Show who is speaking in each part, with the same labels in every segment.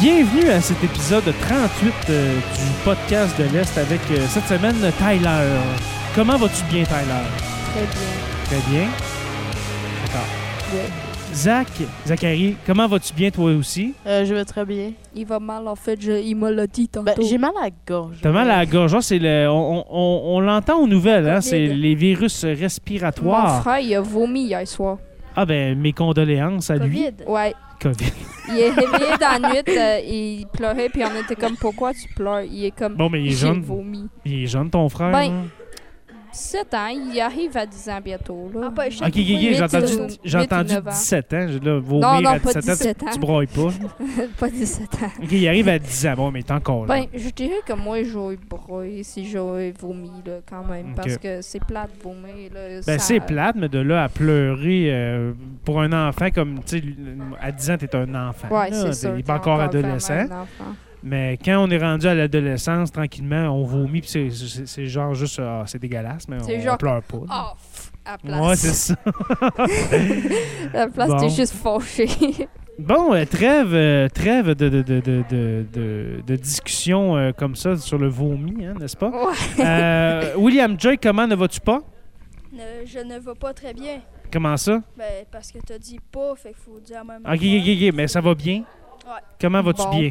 Speaker 1: Bienvenue à cet épisode 38 euh, du podcast de l'Est avec euh, cette semaine Tyler. Comment vas-tu bien, Tyler?
Speaker 2: Très bien.
Speaker 1: Très bien. D'accord.
Speaker 2: Ouais.
Speaker 1: Zach, Zachary, comment vas-tu bien toi aussi?
Speaker 2: Euh, je vais très bien.
Speaker 3: Il va mal, en fait, je- il me l'a dit tantôt.
Speaker 2: Ben, j'ai mal à la gorge.
Speaker 1: T'as mal à la gorge, hein, c'est le, on, on- on- on l'entend aux nouvelles, hein,
Speaker 3: Covid.
Speaker 1: c'est les virus
Speaker 3: Mon
Speaker 1: respiratoires.
Speaker 3: frère, il a vomi hier soir.
Speaker 1: Ah ben, mes condoléances à lui.
Speaker 3: Ouais.
Speaker 1: Covid.
Speaker 3: Il est réveillé dans la nuit, euh, il pleurait, puis on était comme, pourquoi tu pleures? Il est comme,
Speaker 1: Bon, mais il est
Speaker 3: j'ai
Speaker 1: jeune,
Speaker 3: vomi.
Speaker 1: il est jeune ton frère.
Speaker 3: Ben,
Speaker 1: hein?
Speaker 3: 7 ans, il arrive à 10 ans bientôt, là.
Speaker 4: Ah, pas je sais
Speaker 1: Ok, ok,
Speaker 4: pas,
Speaker 1: ok,
Speaker 4: huit
Speaker 1: j'ai
Speaker 3: huit
Speaker 1: entendu,
Speaker 3: ou-
Speaker 1: j'ai
Speaker 3: huit ou
Speaker 1: entendu
Speaker 3: neuf ans.
Speaker 1: 17 ans. je- Là, vomir
Speaker 3: non,
Speaker 1: à
Speaker 3: non, pas
Speaker 1: 17 ans,
Speaker 3: 17 ans.
Speaker 1: tu broyes pas.
Speaker 3: pas 17 ans.
Speaker 1: Ok, il arrive à 10 ans, bon, mais t'es encore là.
Speaker 3: Ben, je dirais que moi, j'aurais broyé si j'aurais vomi, là, quand même.
Speaker 1: Ok.
Speaker 3: Parce que c'est plat de vomir, là.
Speaker 1: Ben,
Speaker 3: ça-
Speaker 1: c'est plate, mais de là à pleurer euh, pour un enfant comme, tu sais, l- à 10 ans, t'es un enfant.
Speaker 3: Ouais,
Speaker 1: là,
Speaker 3: c'est
Speaker 1: t'es-
Speaker 3: sûr.
Speaker 1: Il est
Speaker 3: qu'il
Speaker 1: pas
Speaker 3: y a
Speaker 1: encore
Speaker 3: vraiment
Speaker 1: adolescent.
Speaker 3: un enfant.
Speaker 1: Mais quand on est rendu à l'adolescence, tranquillement, on vomit, puis c'est- c'est c'est genre juste, ah, c'est dégueulasse, mais
Speaker 3: C'est
Speaker 1: on,
Speaker 3: genre-
Speaker 1: pleure pas. là.
Speaker 3: Off, à
Speaker 1: ouais,
Speaker 3: place.
Speaker 1: c'est ça.
Speaker 3: La place,
Speaker 1: Bon.
Speaker 3: t'es juste fauché.
Speaker 1: Bon, euh, trêve, euh, trêve de, de, de, de, de, de- de discussion euh, comme ça sur le vomi, hein, n'est-ce pas?
Speaker 3: ouais.
Speaker 1: Euh, William Joy, comment ne vas-tu pas?
Speaker 4: Ne- je ne vais pas très bien.
Speaker 1: Comment ça?
Speaker 4: Ben, parce que t'as dit pas, fait qu'il faut dire en même
Speaker 1: Ok, ok, ok, ok, mais ça va bien?
Speaker 4: Ouais.
Speaker 1: Comment vas-tu
Speaker 3: Bon.
Speaker 1: bien?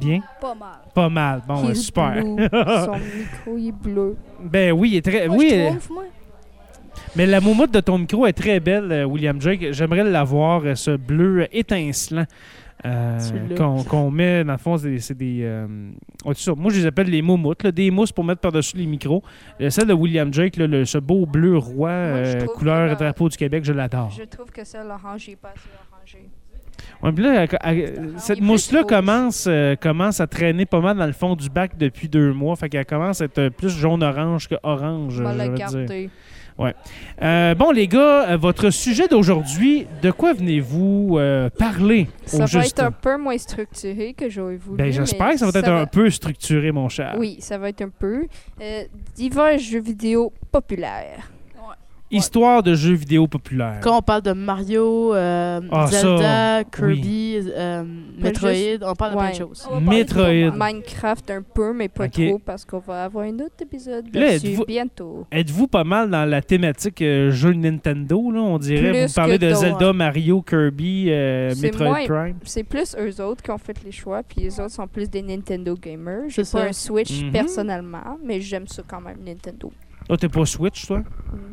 Speaker 1: Bien?
Speaker 4: Pas mal.
Speaker 1: Pas mal. Bon,
Speaker 3: Il
Speaker 1: euh,
Speaker 3: est
Speaker 1: super.
Speaker 3: bleu. Son micro il est bleu.
Speaker 1: ben oui, il est très.
Speaker 4: Moi,
Speaker 1: oui,
Speaker 4: je
Speaker 1: euh,
Speaker 4: triomphe, moi.
Speaker 1: mais la moumoute de ton micro est très belle, euh, William Drake. J'aimerais l'avoir, euh, ce bleu étincelant. euh,
Speaker 2: Celui-là.
Speaker 1: qu'on qu'on met, dans le fond, c'est des. c'est des, euh, au-dessus sur- moi, je les appelle les moumoutes, là, des mousses pour mettre par-dessus les micros. Euh, celle de William Drake, là, le- ce beau bleu roi,
Speaker 3: Moi, je
Speaker 1: euh,
Speaker 3: trouve
Speaker 1: couleur
Speaker 3: que la-
Speaker 1: drapeau du Québec, je l'adore.
Speaker 3: Je trouve que ça, l'orange, il est pas assez orangé.
Speaker 1: Ouais, puis là, à- à- cette
Speaker 3: est plus
Speaker 1: mousse-là
Speaker 3: rose.
Speaker 1: commence, euh, commence à traîner pas mal dans le fond du bac depuis deux mois. Fait qu'elle commence à être euh, plus jaune-orange que orange,
Speaker 3: Je vais
Speaker 1: je
Speaker 3: le
Speaker 1: veux dire.
Speaker 3: garder.
Speaker 1: Euh, bon, les gars, euh, votre sujet d'aujourd'hui, de quoi venez-vous euh, parler
Speaker 3: Ça
Speaker 1: au
Speaker 3: va
Speaker 1: juste?
Speaker 3: être un peu moins structuré que j'aurais voulu.
Speaker 1: Ben, j'espère
Speaker 3: mais
Speaker 1: que ça va être un peu structuré, mon cher.
Speaker 3: Oui, ça va être un peu. Euh, divers jeux vidéo populaires.
Speaker 1: Histoire de jeux vidéo populaires.
Speaker 2: Quand on parle de Mario, euh,
Speaker 1: Ah, ça,
Speaker 2: Zelda, Kirby, euh, Metroid,
Speaker 3: juste-
Speaker 2: on parle de plein
Speaker 3: Ouais.
Speaker 2: de choses.
Speaker 4: On va parler de
Speaker 1: Metroid.
Speaker 4: Pokémon.
Speaker 3: Minecraft un peu, mais pas
Speaker 1: Ok.
Speaker 3: trop, parce qu'on va avoir un autre épisode
Speaker 1: Là,
Speaker 3: dessus
Speaker 1: êtes-vous-
Speaker 3: bientôt.
Speaker 1: Êtes-vous pas mal dans la thématique euh, jeux Nintendo, là, on dirait?
Speaker 3: Plus
Speaker 1: vous parlez
Speaker 3: que
Speaker 1: de
Speaker 3: d'autres.
Speaker 1: Zelda, Mario, Kirby, euh,
Speaker 3: C'est
Speaker 1: Metroid
Speaker 3: moins-
Speaker 1: Prime.
Speaker 3: C'est plus eux autres qui ont fait les choix, puis les autres sont plus des Nintendo gamers. J'ai
Speaker 2: C'est ça.
Speaker 3: pas un Switch
Speaker 1: Mhm.
Speaker 3: personnellement, mais j'aime ça quand même, Nintendo.
Speaker 1: Oh, t'es pas Switch, toi?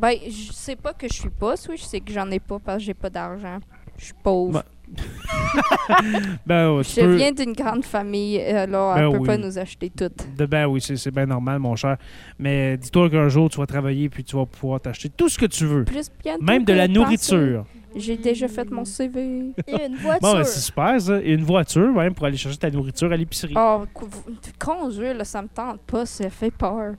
Speaker 3: Ben, je sais pas que je suis pas Switch, c'est que j'en ai pas parce que j'ai pas d'argent. Je suis pauvre.
Speaker 1: Ben, Ben, ouais, tu
Speaker 3: je
Speaker 1: peux-
Speaker 3: viens d'une grande famille, alors
Speaker 1: Ben
Speaker 3: elle peut
Speaker 1: oui.
Speaker 3: pas nous acheter toutes.
Speaker 1: De ben oui, c'est c'est bien normal, mon cher. Mais euh, dis-toi qu'un jour, tu vas travailler puis tu vas pouvoir t'acheter tout ce que tu veux,
Speaker 3: Plus bientôt
Speaker 1: même
Speaker 3: que
Speaker 1: de la
Speaker 3: je
Speaker 1: nourriture.
Speaker 3: pensais. J'ai déjà fait mon CV.
Speaker 4: Et une voiture.
Speaker 1: Bon, ben, c'est super, ça. Et une voiture, même, pour aller chercher ta nourriture à l'épicerie.
Speaker 3: Oh, cou- conduire, là, ça me tente pas, ça fait peur.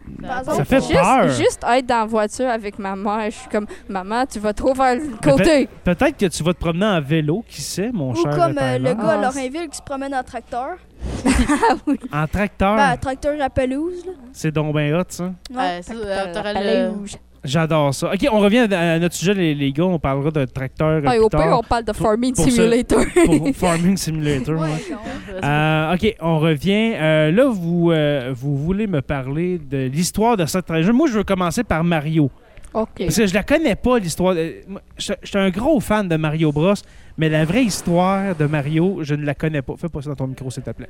Speaker 1: Ça fait
Speaker 3: Juste,
Speaker 1: peur.
Speaker 3: juste être dans la voiture avec ma mère, je suis comme, maman, tu vas trop vers le côté.
Speaker 1: Peut-être que tu vas te promener en vélo, qui sait, mon
Speaker 4: Ou
Speaker 1: cher.
Speaker 4: comme euh, le
Speaker 1: Tyler.
Speaker 4: gars à
Speaker 3: Ah,
Speaker 4: Lorrainville qui se promène en tracteur.
Speaker 1: En tracteur,
Speaker 4: Ben, tracteur à pelouse, là.
Speaker 1: c'est donc ben hot, ça.
Speaker 4: Non?
Speaker 2: Ouais, ça, euh, t'aurais
Speaker 3: Allez,
Speaker 2: le-
Speaker 3: où je-
Speaker 1: J'adore ça. OK, on revient à à notre sujet, les, les gars. On parlera de tracteur euh,
Speaker 3: Ah, et
Speaker 1: plus
Speaker 3: au pire,
Speaker 1: tard
Speaker 3: on parle de
Speaker 1: Pour-
Speaker 3: Farming
Speaker 1: pour ça-
Speaker 3: Simulator.
Speaker 1: pour Farming Simulator. ouais.
Speaker 4: ouais, non.
Speaker 2: Ah.
Speaker 1: Euh, OK, on revient. Euh, là, vous, euh, vous voulez me parler de l'histoire de certains jeux. Moi, je veux commencer par Mario.
Speaker 3: OK.
Speaker 1: Parce que je la connais pas, l'histoire. de- moi, Je je suis un gros fan de Mario Bros, mais la vraie histoire de Mario, je ne la connais pas. Fais pas ça dans ton micro, s'il te plaît.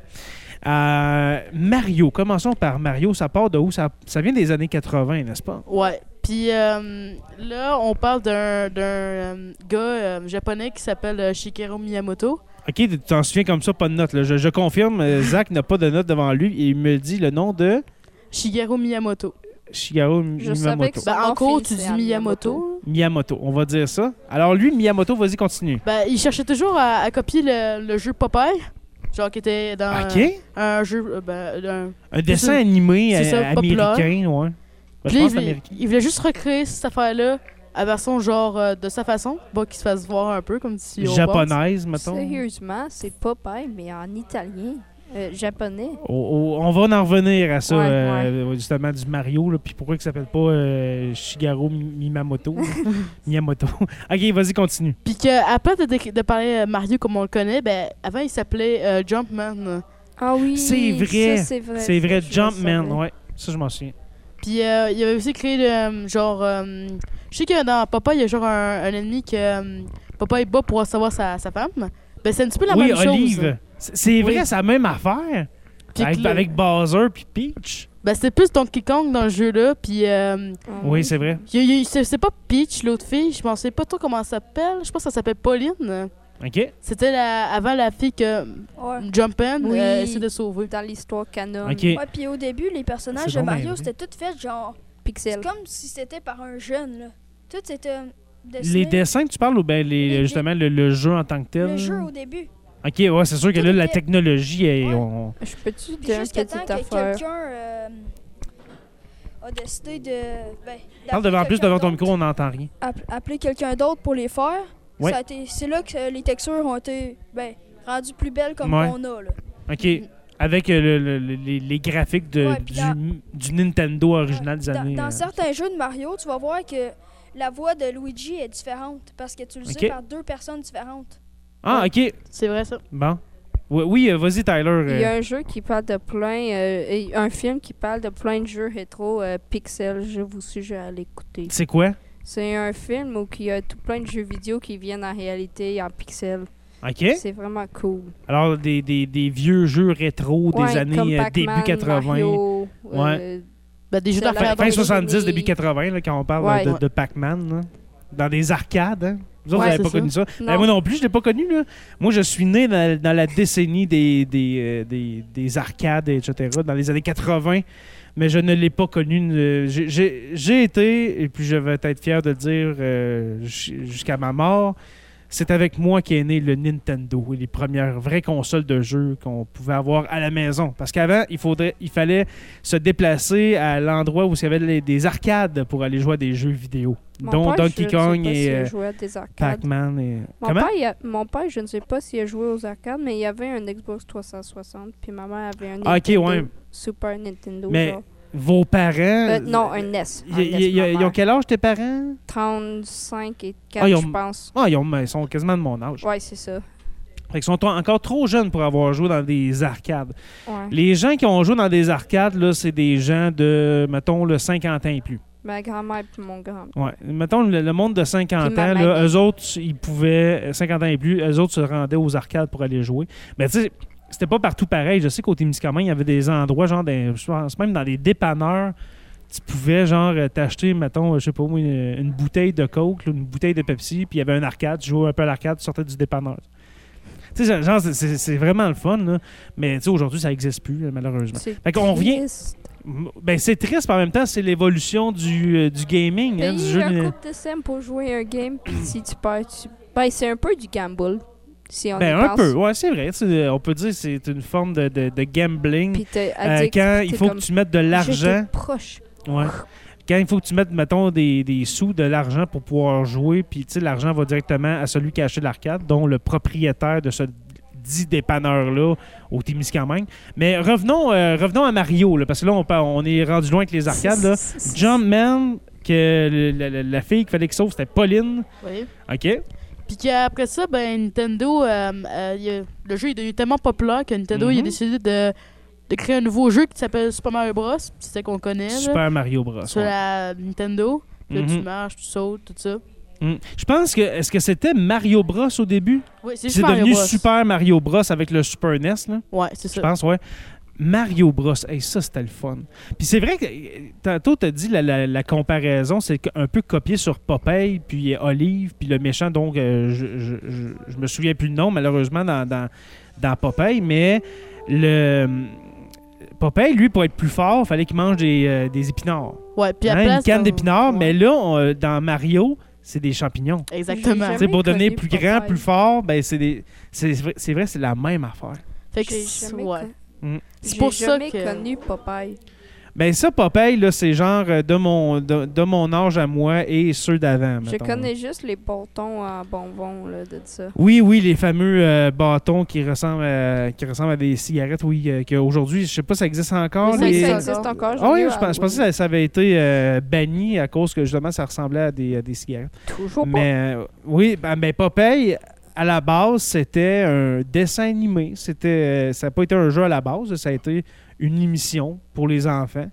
Speaker 1: Euh, Mario, commençons par Mario. Ça part de où? Ça, ça vient des années 80, n'est-ce pas?
Speaker 2: Ouais. Puis euh, là, on parle d'un d'un, euh, gars euh, japonais qui s'appelle euh, Shigeru Miyamoto.
Speaker 1: OK, tu t'en souviens comme ça, pas de note. là. Je, je confirme, euh, Zach n'a pas de note devant lui et il me dit le nom de
Speaker 2: Shigeru Miyamoto.
Speaker 1: Shigeru
Speaker 3: Je
Speaker 1: Miyamoto.
Speaker 3: savais que Son
Speaker 2: Ben,
Speaker 3: nom
Speaker 2: en cours,
Speaker 3: fils,
Speaker 2: tu dis
Speaker 3: c'est
Speaker 2: Miyamoto. là.
Speaker 1: Miyamoto, on va dire ça. Alors lui, Miyamoto, vas-y, continue.
Speaker 2: Ben, il cherchait toujours à, à copier le, le jeu Popeye. Genre, qui était dans
Speaker 1: OK.
Speaker 2: un jeu. euh, Ben, un-
Speaker 1: Un dessin animé
Speaker 2: c'est ça,
Speaker 1: euh,
Speaker 2: populaire.
Speaker 1: américain, ouais. Ben, je
Speaker 2: Puis
Speaker 1: pense que
Speaker 2: là, il,
Speaker 1: c'est
Speaker 2: voulait,
Speaker 1: américain.
Speaker 2: il voulait juste recréer cette affaire-là à version genre euh, de sa façon, pas qu'il se fasse voir un peu comme si on pense.
Speaker 1: Japonaise, mettons.
Speaker 3: Sérieusement, c'est pas pareil, mais en italien. euh, japonais.
Speaker 1: Oh, oh, on va en revenir à ça,
Speaker 3: Ouais,
Speaker 1: euh, justement, du Mario. là, Puis pourquoi il s'appelle pas euh, Shigeru Miyamoto? Miyamoto. OK, vas-y, continue.
Speaker 2: Puis que, après de, de- de parler euh, Mario comme on le connaît, ben, avant, il s'appelait euh, Jumpman.
Speaker 3: Ah oui,
Speaker 1: C'est vrai.
Speaker 3: ça, c'est vrai.
Speaker 1: C'est vrai,
Speaker 3: ça, je le
Speaker 1: Jumpman,
Speaker 3: savais.
Speaker 1: ouais. Ça, je m'en souviens.
Speaker 2: Puis euh, il avait aussi créé, le, euh, genre... euh, je sais que dans Papa, il y a genre un, un ennemi que euh, Papa est bas pour savoir sa, sa femme. Ben, c'est un petit peu la
Speaker 1: oui,
Speaker 2: même chose.
Speaker 1: Olive. C'est c'est
Speaker 2: Oui.
Speaker 1: vrai, c'est la même affaire.
Speaker 2: Puis que
Speaker 1: Avec,
Speaker 2: le-
Speaker 1: avec Bowser puis Peach.
Speaker 2: Ben, c'est plus Donkey Kong dans le jeu-là, puis... euh,
Speaker 3: Ah
Speaker 1: Oui, c'est vrai.
Speaker 2: il y a- il y a- c'est c'est pas Peach, l'autre fille, je pensais pas trop comment elle s'appelle. Je pense qu'elle s'appelle Pauline.
Speaker 1: OK?
Speaker 2: C'était la, avant la fille que
Speaker 4: Ouais.
Speaker 2: Jumpin
Speaker 3: Oui.
Speaker 2: euh, essaie de sauver.
Speaker 3: Dans l'histoire canon.
Speaker 1: OK.
Speaker 4: Ouais, puis au début, les personnages
Speaker 1: C'est
Speaker 4: de
Speaker 1: donc bien
Speaker 4: Mario,
Speaker 1: vrai.
Speaker 4: c'était tout fait genre. C'est
Speaker 3: Pixel.
Speaker 4: comme si c'était par un jeune, là. Tout c'était dessiné.
Speaker 1: Les dessins que tu parles ou bien
Speaker 4: Les-
Speaker 1: justement le, le jeu en tant que tel?
Speaker 4: Le jeu au début.
Speaker 1: OK, ouais, c'est sûr que
Speaker 4: Tout
Speaker 1: là, la
Speaker 4: était-
Speaker 1: technologie, elle,
Speaker 4: Ouais.
Speaker 1: on-
Speaker 3: Je peux-tu
Speaker 4: Puis
Speaker 3: dire une
Speaker 4: jusqu'à temps
Speaker 3: petite
Speaker 4: que
Speaker 3: affaire?
Speaker 4: quelqu'un euh, a décidé de. Ben,
Speaker 1: Parle
Speaker 4: d'appeler
Speaker 1: devant plus
Speaker 4: quelqu'un
Speaker 1: devant ton
Speaker 4: d'autre.
Speaker 1: micro, on n'entend rien.
Speaker 4: App- appeler quelqu'un d'autre pour les faire.
Speaker 1: Ouais.
Speaker 4: Ça a été- C'est là que euh, les textures ont été ben, rendues plus belles comme
Speaker 1: Ouais.
Speaker 4: on a. Là.
Speaker 1: OK. Avec euh, le- le- le- les, les graphiques de,
Speaker 4: Ouais, puis
Speaker 1: du,
Speaker 4: dans-
Speaker 1: du Nintendo original des
Speaker 4: Dans,
Speaker 1: années.
Speaker 4: dans
Speaker 1: euh,
Speaker 4: certains jeux de Mario, tu vas voir que la voix de Luigi est différente parce que tu le sais
Speaker 1: Ok.
Speaker 4: par deux personnes différentes.
Speaker 1: Ah, OK.
Speaker 2: C'est vrai, ça.
Speaker 1: Bon. Oui, oui, euh, vas-y, Tyler.
Speaker 3: Il y a
Speaker 1: euh,
Speaker 3: un jeu qui parle de plein, euh, et un film qui parle de plein de jeux rétro euh, pixel. Je vous suggère à l'écouter.
Speaker 1: C'est quoi?
Speaker 3: C'est un film où il y a tout plein de jeux vidéo qui viennent en réalité en pixel.
Speaker 1: OK.
Speaker 3: C'est vraiment cool.
Speaker 1: Alors, des, des, des vieux jeux rétro des
Speaker 3: Ouais, comme
Speaker 1: années euh, début
Speaker 3: Pac-Man,
Speaker 1: 80.
Speaker 3: Mario,
Speaker 1: Ouais.
Speaker 3: euh,
Speaker 2: Ben, des jeux
Speaker 3: C'est la
Speaker 1: Fin,
Speaker 2: d'affaires.
Speaker 3: Dans
Speaker 1: fin
Speaker 3: les
Speaker 1: 70,
Speaker 3: années-
Speaker 1: début 80, là, quand on parle euh,
Speaker 3: Ouais.
Speaker 1: de, de Pac-Man. là. Dans des arcades. Hein? Vous autres,
Speaker 2: Ouais,
Speaker 1: vous n'avez
Speaker 2: c'est
Speaker 1: pas
Speaker 2: ça.
Speaker 1: connu ça.
Speaker 3: Non.
Speaker 1: Ben, moi non plus, je l'ai pas connu. Là. Moi, je suis né dans, dans la décennie des, des, euh, des, des arcades, etc., dans les années 80, mais je ne l'ai pas connu. euh, j'ai- J'ai j'ai été, et puis je vais être fier de le dire euh, ju- jusqu'à ma mort, c'est avec moi qu'est né le Nintendo et les premières vraies consoles de jeux qu'on pouvait avoir à la maison. Parce qu'avant, il, faudrait- il fallait se déplacer à l'endroit où il y avait les- des arcades pour aller jouer à des jeux vidéo,
Speaker 3: Mon
Speaker 1: dont
Speaker 3: père,
Speaker 1: Donkey
Speaker 3: je ne sais
Speaker 1: Kong
Speaker 3: pas s'il
Speaker 1: et
Speaker 3: a
Speaker 1: euh,
Speaker 3: joué à des arcades.
Speaker 1: Pac-Man. Et...
Speaker 3: Mon père, il a- mon père, je ne sais pas s'il a joué aux arcades, mais il y avait un Xbox 360, puis ma mère avait un
Speaker 1: Ah, ok,
Speaker 3: Nintendo,
Speaker 1: ouais.
Speaker 3: Super Nintendo.
Speaker 1: Mais-
Speaker 3: genre.
Speaker 1: Vos parents.
Speaker 3: Euh, non, un NES. un
Speaker 1: Y- y-
Speaker 3: NES,
Speaker 1: y-
Speaker 3: ma
Speaker 1: ils
Speaker 3: mère.
Speaker 1: ont quel âge tes parents?
Speaker 3: 35 et 4,
Speaker 1: Ah, ils ont-
Speaker 3: je pense.
Speaker 1: Ah, ils, ont, ils sont quasiment de mon âge.
Speaker 3: Ouais, c'est ça.
Speaker 1: Fait qu'ils sont en- encore trop jeunes pour avoir joué dans des arcades.
Speaker 3: Ouais.
Speaker 1: Les gens qui ont joué dans des arcades, là, c'est des gens de, mettons, le 50 ans et plus.
Speaker 3: Ma grand-mère et mon grand
Speaker 1: Ouais. Mettons, le, le monde de 50
Speaker 3: Puis
Speaker 1: ans,
Speaker 3: ma
Speaker 1: là,
Speaker 3: mamie.
Speaker 1: eux autres, ils pouvaient, 50 ans et plus, eux autres se rendaient aux arcades pour aller jouer. Mais tu sais, c'était pas partout pareil. Je sais qu'au Témiscamingue, il y avait des endroits, genre, des, je pense même dans des dépanneurs, tu pouvais, genre, euh, t'acheter, mettons, je sais pas moi, une, une bouteille de Coke, là, une bouteille de Pepsi, puis il y avait un arcade, tu jouais un peu à l'arcade, tu sortais du dépanneur. Tu sais, genre, c'est- c'est c'est vraiment le fun, là. Mais tu sais, aujourd'hui, ça n'existe plus, là, malheureusement.
Speaker 3: C'est
Speaker 1: Fait qu'on revient-
Speaker 3: triste.
Speaker 1: Ben, c'est triste, mais en même temps, c'est l'évolution du, euh, du gaming, hein, du
Speaker 3: Payer
Speaker 1: jeu.
Speaker 3: un
Speaker 1: de-
Speaker 3: couple de cents pour jouer à un game, puis si tu perds, tu... Ben, c'est un peu du gamble, si on y
Speaker 1: Ben, un
Speaker 3: pense.
Speaker 1: peu, ouais, c'est vrai. C'est- On peut dire que c'est une forme de, de- de gambling.
Speaker 3: Puis t'es
Speaker 1: Euh,
Speaker 3: addict,
Speaker 1: quand
Speaker 3: puis
Speaker 1: il
Speaker 3: t'es
Speaker 1: faut
Speaker 3: comme,
Speaker 1: que tu mettes de l'argent.
Speaker 3: J'étais proche.
Speaker 1: Ouais. Quand il faut que tu mettes, mettons, des, des sous, de l'argent pour pouvoir jouer, puis tu sais, l'argent va directement à celui qui a acheté l'arcade, dont le propriétaire de ce dit dépanneur-là au Témiscamingue. Mais revenons, euh, revenons à Mario, là, parce que là, on, par- on est rendu loin avec les arcades. Là. Jumpman, que le- la, la- la fille qu'il fallait qu'il sauve, c'était Pauline.
Speaker 2: Oui.
Speaker 3: Hein,
Speaker 1: OK?
Speaker 2: Puis qu'après ça, ben, Nintendo, euh, euh, il y a- le jeu est devenu tellement populaire que Nintendo il a
Speaker 1: Mhm.
Speaker 2: décidé de, de créer un nouveau jeu qui s'appelle Super Mario Bros. C'est ça qu'on connaît là,
Speaker 1: Super Mario Bros.
Speaker 2: sur
Speaker 1: ouais.
Speaker 2: la Nintendo. Puis là,
Speaker 1: Mhm.
Speaker 2: tu marches, tu sautes, tout ça.
Speaker 1: Mm. Je pense que est-ce que c'était Mario Bros au début
Speaker 2: Oui, c'est
Speaker 1: C'est
Speaker 2: Super Mario
Speaker 1: devenu
Speaker 2: Bros. Euh.
Speaker 1: Super Mario Bros avec le Super NES là.
Speaker 2: Ouais, c'est ça.
Speaker 1: Je pense ouais. Mario Bros, hey, ça c'était le fun. Puis c'est vrai que euh, tantôt t'as dit la, la- la comparaison, c'est que- un peu copié sur Popeye puis Olive puis le méchant donc euh, je, je, je, je me souviens plus le nom malheureusement dans dans, dans Popeye, mais le Popeye lui pour être plus fort, fallait qu'il mange des, euh, des épinards,
Speaker 2: Ouais, puis euh,
Speaker 1: Hein,
Speaker 2: après,
Speaker 1: une canne
Speaker 2: ça-
Speaker 1: d'épinards,
Speaker 2: ouais.
Speaker 1: mais là on- euh, dans Mario c'est des champignons.
Speaker 2: Exactement.
Speaker 3: J'ai
Speaker 1: Tu sais, pour
Speaker 3: jamais
Speaker 1: devenir
Speaker 3: connu
Speaker 1: plus grand,
Speaker 3: Popeye.
Speaker 1: plus fort, ben c'est des. C'est vrai, c'est vrai, c'est la même affaire.
Speaker 2: Fait que
Speaker 3: J'ai
Speaker 2: c'est-
Speaker 3: jamais
Speaker 2: ouais.
Speaker 3: con-
Speaker 1: Mm.
Speaker 2: C'est
Speaker 3: J'ai
Speaker 2: pour ça
Speaker 3: jamais
Speaker 2: que
Speaker 3: connu Popeye.
Speaker 1: Ben ça, Popeye, là, c'est genre euh, de mon, de, de mon âge à moi et ceux d'avant.
Speaker 3: Je
Speaker 1: mettons, là.
Speaker 3: connais juste les bâtons en bonbons là, de ça.
Speaker 1: Oui, oui, les fameux euh, bâtons qui ressemblent, à, qui ressemblent à des cigarettes, oui, euh, qu'aujourd'hui, je sais pas si ça existe encore.
Speaker 3: Oui, ça,
Speaker 2: les-
Speaker 3: ça existe encore.
Speaker 1: Ah oui,
Speaker 3: l'ai eu
Speaker 1: je,
Speaker 3: à
Speaker 1: pense- je pensais que ça, ça avait été euh, banni à cause que justement ça ressemblait à des, à des cigarettes.
Speaker 3: Toujours pas.
Speaker 1: Mais euh, oui, ben, ben, Popeye, à la base, c'était un dessin animé. C'était, euh, ça n'a pas été un jeu à la base, ça a été une émission pour les enfants.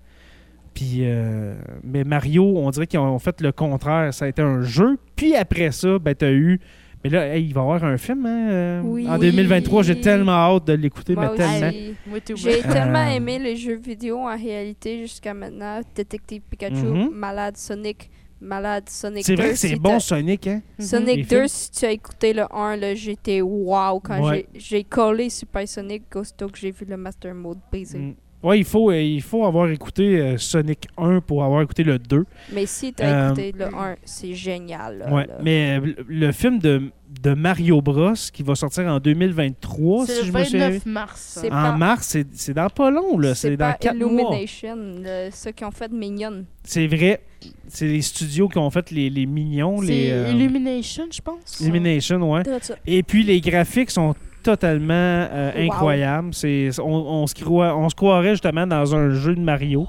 Speaker 1: Puis, euh, mais Mario, on dirait qu'ils ont fait le contraire. Ça a été un jeu. Puis après ça, ben, tu as eu. Mais là, hey, il va y avoir un film hein, euh,
Speaker 3: Oui. Bah
Speaker 1: en 2023. J'ai tellement hâte de l'écouter,
Speaker 3: Moi
Speaker 1: mais tellement.
Speaker 3: aussi.
Speaker 2: Moi, t'es
Speaker 3: J'ai
Speaker 2: obligé.
Speaker 1: Euh,
Speaker 3: tellement aimé les jeux vidéo en réalité jusqu'à maintenant. Détective Pikachu,
Speaker 1: Mhm.
Speaker 3: Malade Sonic, Malade Sonic 2.
Speaker 1: C'est vrai que c'est
Speaker 3: si
Speaker 1: bon,
Speaker 3: t'as-
Speaker 1: Sonic. Hein?
Speaker 3: Sonic
Speaker 1: Les
Speaker 3: 2,
Speaker 1: films.
Speaker 3: si tu as écouté le 1, là, j'étais wow quand
Speaker 1: Ouais.
Speaker 3: j'ai- j'ai collé Super Sonic aussitôt que j'ai vu le Master Mode baiser.
Speaker 1: Mm. Ouais, il faut, euh, il faut avoir écouté euh, Sonic 1 pour avoir écouté le 2.
Speaker 3: Mais si tu
Speaker 1: Euh,
Speaker 3: as écouté le 1, c'est génial. là,
Speaker 1: Ouais,
Speaker 3: là.
Speaker 1: mais euh, le- le film de, de Mario Bros qui va sortir en 2023,
Speaker 2: C'est
Speaker 1: Oh, si
Speaker 2: le
Speaker 1: je me souviens-
Speaker 2: 29 mars. hein.
Speaker 3: C'est-
Speaker 1: En
Speaker 3: pas-
Speaker 1: mars, c'est- c'est dans pas long, là. C'est dans
Speaker 3: pas
Speaker 1: quatre mois.
Speaker 3: Illumination, là, ceux qui ont fait Minion.
Speaker 1: C'est vrai. C'est les studios qui ont fait les, les mignons, les.
Speaker 2: C'est
Speaker 1: euh,
Speaker 2: Illumination, je pense.
Speaker 1: Illumination, ouais.
Speaker 4: Drette ça.
Speaker 1: Et puis les graphiques sont totalement euh,
Speaker 3: Wow.
Speaker 1: incroyables. C'est, on, on se croit- on se croirait justement dans un jeu de Mario.